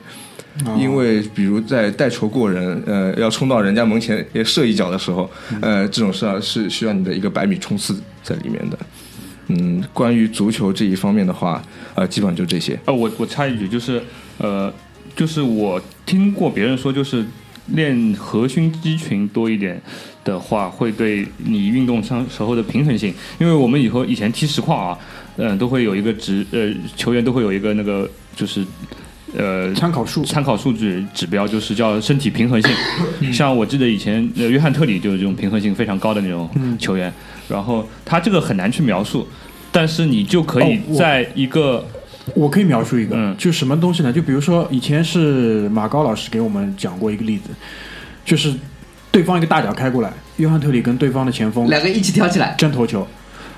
因为比如在带球过人，呃，要冲到人家门前也射一脚的时候，呃，这种事儿是需要你的一个百米冲刺在里面的。嗯，关于足球这一方面的话，呃，基本上就这些。
呃，我我插一句，就是呃，就是我听过别人说，就是练核心肌群多一点的话，会对你运动上时候的平衡性，因为我们以后以前踢实况啊，嗯、都会有一个值，呃，球员都会有一个那个就是呃
参考数，
参考数据指标就是叫身
嗯
体平衡性。像我记得以前呃约翰特里就是这种平衡性非常高的那种球员，然后它这个很难去描述，但是你就可以
哦我
在一个
我可以描述一个，
嗯
就什么东西呢？就比如说以前是马高老师给我们讲过一个例子，就是对方一个大脚开过来，约翰特里跟对方的前锋
两个一起跳起来。
争头球，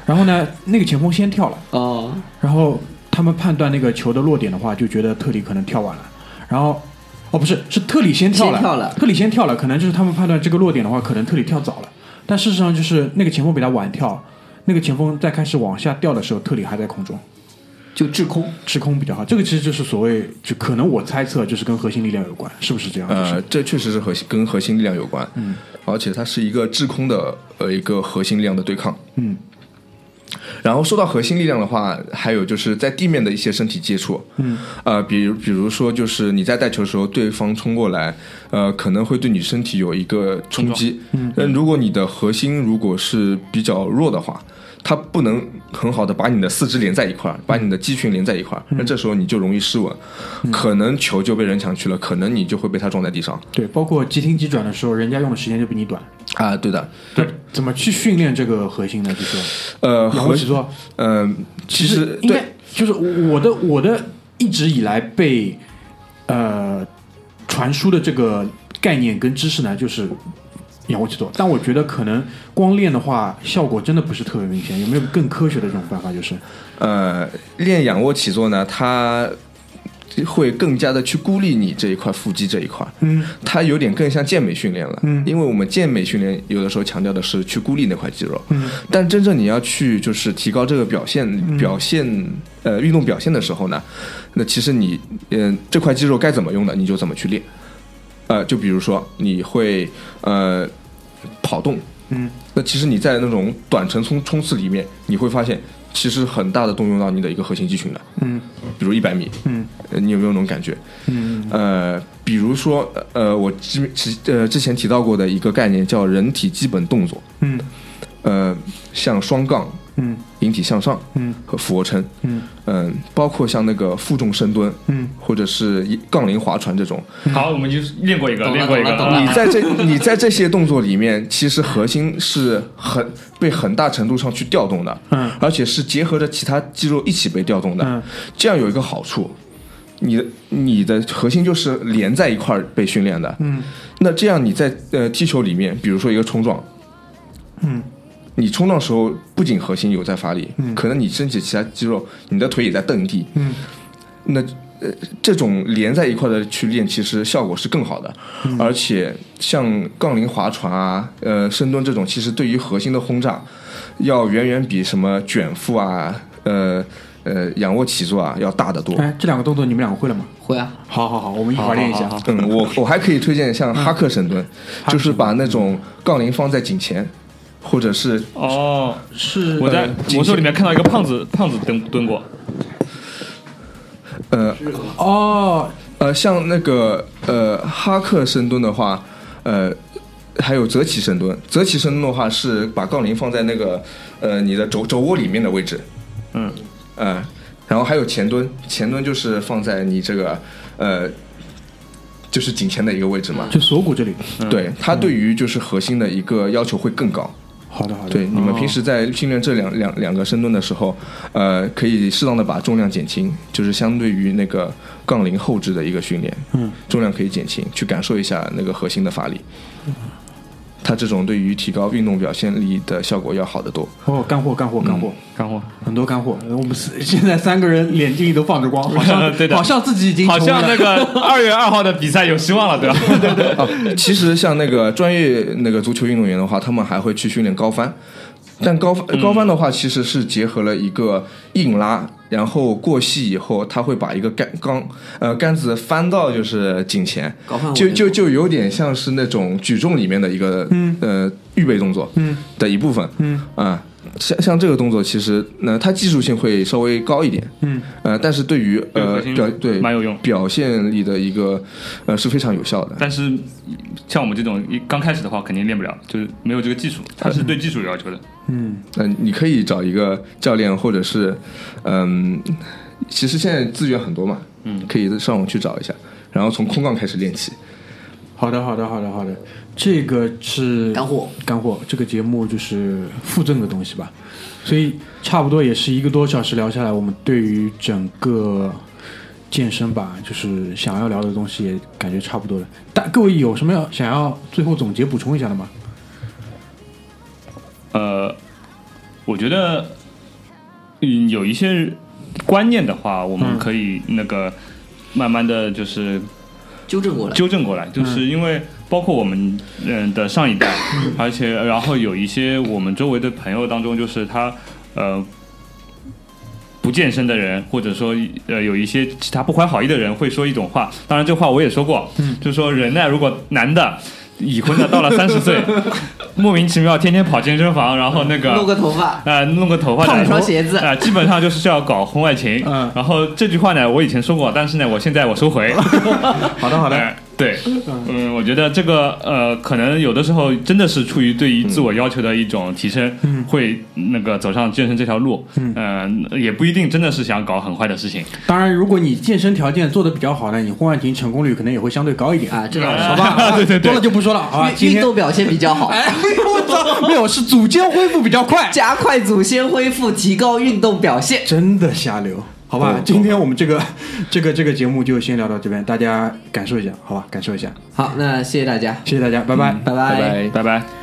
然后呢，那个前锋先跳了，
哦，
然后他们判断那个球的落点的话，就觉得特里可能跳晚了，然后。哦，不是，是特里先跳了，
先跳了
特里先跳了，可能就是他们判断这个落点的话，可能特里跳早了，但事实上就是那个前锋比他晚跳，那个前锋在开始往下掉的时候，特里还在空中。
就制空。
吃空比较好。这个其实就是所谓，就可能我猜测就是跟核心力量有关，是不是这样？就是
呃，这确实是核心跟核心力量有关，嗯，而且它是一个制空的呃一个核心力量的对抗，
嗯。
然后说到核心力量的话，还有就是在地面的一些身体接触，嗯，呃，比如比如说就是你在带球的时候，对方冲过来，呃，可能会对你身体有一个冲击，嗯，但如果你的核心如果是比较弱的话，它不能很好的把你的四肢连在一块儿，把你的肌群连在一块儿，那这时候你就容易失稳，可能球就被人抢去了，可能你就会被他撞在地上。
对，包括急停急转的时候，人家用的时间就比你短。
啊，对的，
对，怎么去训练这个核心呢？就是
呃，
仰卧
核
起坐，
嗯、其实
应该
对，
就是我的我的一直以来被呃传输的这个概念跟知识呢，就是。仰卧起坐，但我觉得可能光练的话，效果真的不是特别明显。有没有更科学的这种办法？就是
呃，练仰卧起坐呢，它会更加的去孤立你这一块腹肌这一块，
嗯，
它有点更像健美训练了，
嗯
因为我们健美训练有的时候强调的是去孤立那块肌肉，嗯，但真正你要去就是提高这个表现、
嗯
表现呃运动表现的时候呢，那其实你嗯、这块肌肉该怎么用的你就怎么去练，呃，就比如说你会呃跑动，
嗯，
那其实你在那种短程冲冲刺里面，你会发现其实很大的动用到你的一个核心肌群的，
嗯
比如一百米，
嗯
呃你有没有那种感觉？
嗯，
呃，比如说，呃，我之之呃之前提到过的一个概念叫人体基本动作，
嗯
呃，像双杠、
嗯
引体向上
嗯
和俯卧撑，
嗯
嗯、包括像那个负重深蹲，
嗯，
或者是一杠铃划船这种，
好，我们就练过一个，
懂了
练过一个，啊
懂了懂了
你在这你在这些动作里面，其实核心是很被很大程度上去调动的，
嗯
而且是结合着其他肌肉一起被调动的，
嗯
这样有一个好处，你的你的核心就是连在一块儿被训练的，
嗯
那这样你在呃踢球里面，比如说一个冲撞，
嗯，
你冲撞时候不仅核心有在发力，
嗯
可能你身体其他肌肉，你的腿也在蹬地，
嗯
那呃这种连在一块的去练，其实效果是更好的。
嗯
而且像杠铃划船啊、呃深蹲这种，其实对于核心的轰炸，要远远比什么卷腹啊、呃呃仰卧起坐啊要大得多。
哎，这两个动作你们两个会了吗？
会啊，
好好好，我们一块儿练一下。
好好
嗯，我我还可以推荐像哈克深蹲，就是把那种杠铃放在颈前，或者是
哦，
是
我在魔兽里面看到一个胖子，胖子蹲蹲过，
呃
哦，
呃像那个呃哈克深蹲的话，呃还有折起深蹲，折起深蹲的话是把杠铃放在那个呃你的肘肘窝里面的位置，
嗯，
呃，然后还有前蹲，前蹲就是放在你这个呃就是颈前的一个位置嘛，
就锁骨这里。
对，它对于就是核心的一个要求会更高。
好的好哦的。
对，，你们平时在训练这两两两个深蹲的时候，呃，可以适当的把重量减轻，就是相对于那个杠铃后置的一个训练，
嗯，
重量可以减轻，去感受一下那个核心的发力。
嗯
它这种对于提高运动表现力的效果要好得多。
哦，干货干货干货，
干货，
很多干货。呃我们四现在三个人眼睛里都放着光，好
对
像
的
好像自己已经
好
成为
像那
了
个二月二号的比赛有希望了，对吧？
啊，其实像那个专业那个足球运动员的话，他们还会去训练高翻，但高翻呃
嗯
高翻的话，其实是结合了一个硬拉，然后过细以后，他会把一个杆钢呃杆子翻到就是颈前
高翻我，
就
练
就就有点像是那种举重里面的一个、呃预备动作
嗯
的一部分，嗯啊。像像这个动作，其实呢，它技术性会稍微高一点，嗯，呃，但是对于
对
呃
核心
表对
蛮有用
表现力的一个呃是非常有效的。
但是像我们这种一刚开始的话，肯定练不了，就是没有这个技术，它是对技术有要求的。
嗯、你可以找一个教练，或者是，嗯，其实现在资源很多嘛，嗯，可以上网去找一下，然后从空杠开始练起。
好的，好的，好的，好的，这个是
干货，
干货。这个节目就是附赠的东西吧，所以差不多也是一个多小时聊下来，我们对于整个健身吧，就是想要聊的东西也感觉差不多了。但各位有什么要想要最后总结补充一下的吗？
呃，我觉得，嗯，有一些观念的话，我
嗯
们可以那个慢慢的就是
纠正过来。
纠正过来，就是因为包括我们嗯的上一代，而且然后有一些我们周围的朋友当中，就是他呃不健身的人，或者说呃有一些其他不怀好意的人会说一种话，当然这话我也说过，就是说人呢，如果男的。已婚的到了三十岁，莫名其妙天天跑健身房，然后那个
弄个头发，
呃，弄个头发
烫
的
一双鞋子
啊、基本上就是要搞婚外情。
嗯
然后这句话呢，我以前说过，但是呢，我现在我收回。
好的，好的，
哎对，嗯，我觉得这个呃，可能有的时候真的是出于对于自我要求的一种提升，
嗯
会那个走上健身这条路，嗯、也不一定真的是想搞很坏的事情，
当然，如果你健身条件做的比较好呢，你婚外情成功率可能也会相对高一点
啊这倒是
好吧？
对对对
多了就不说了，好
啊
吧？今
运运
天
动表现比较好，
哎，我操，没有，是组间恢复比较快，
加快祖先恢复，提高运动表现。
真的瞎聊，好吧？今天我们这个这个这个节目就先聊到这边，大家感受一下，好吧？感受一下，
好，那谢谢大家，
谢谢大家，拜拜。
拜拜
拜拜。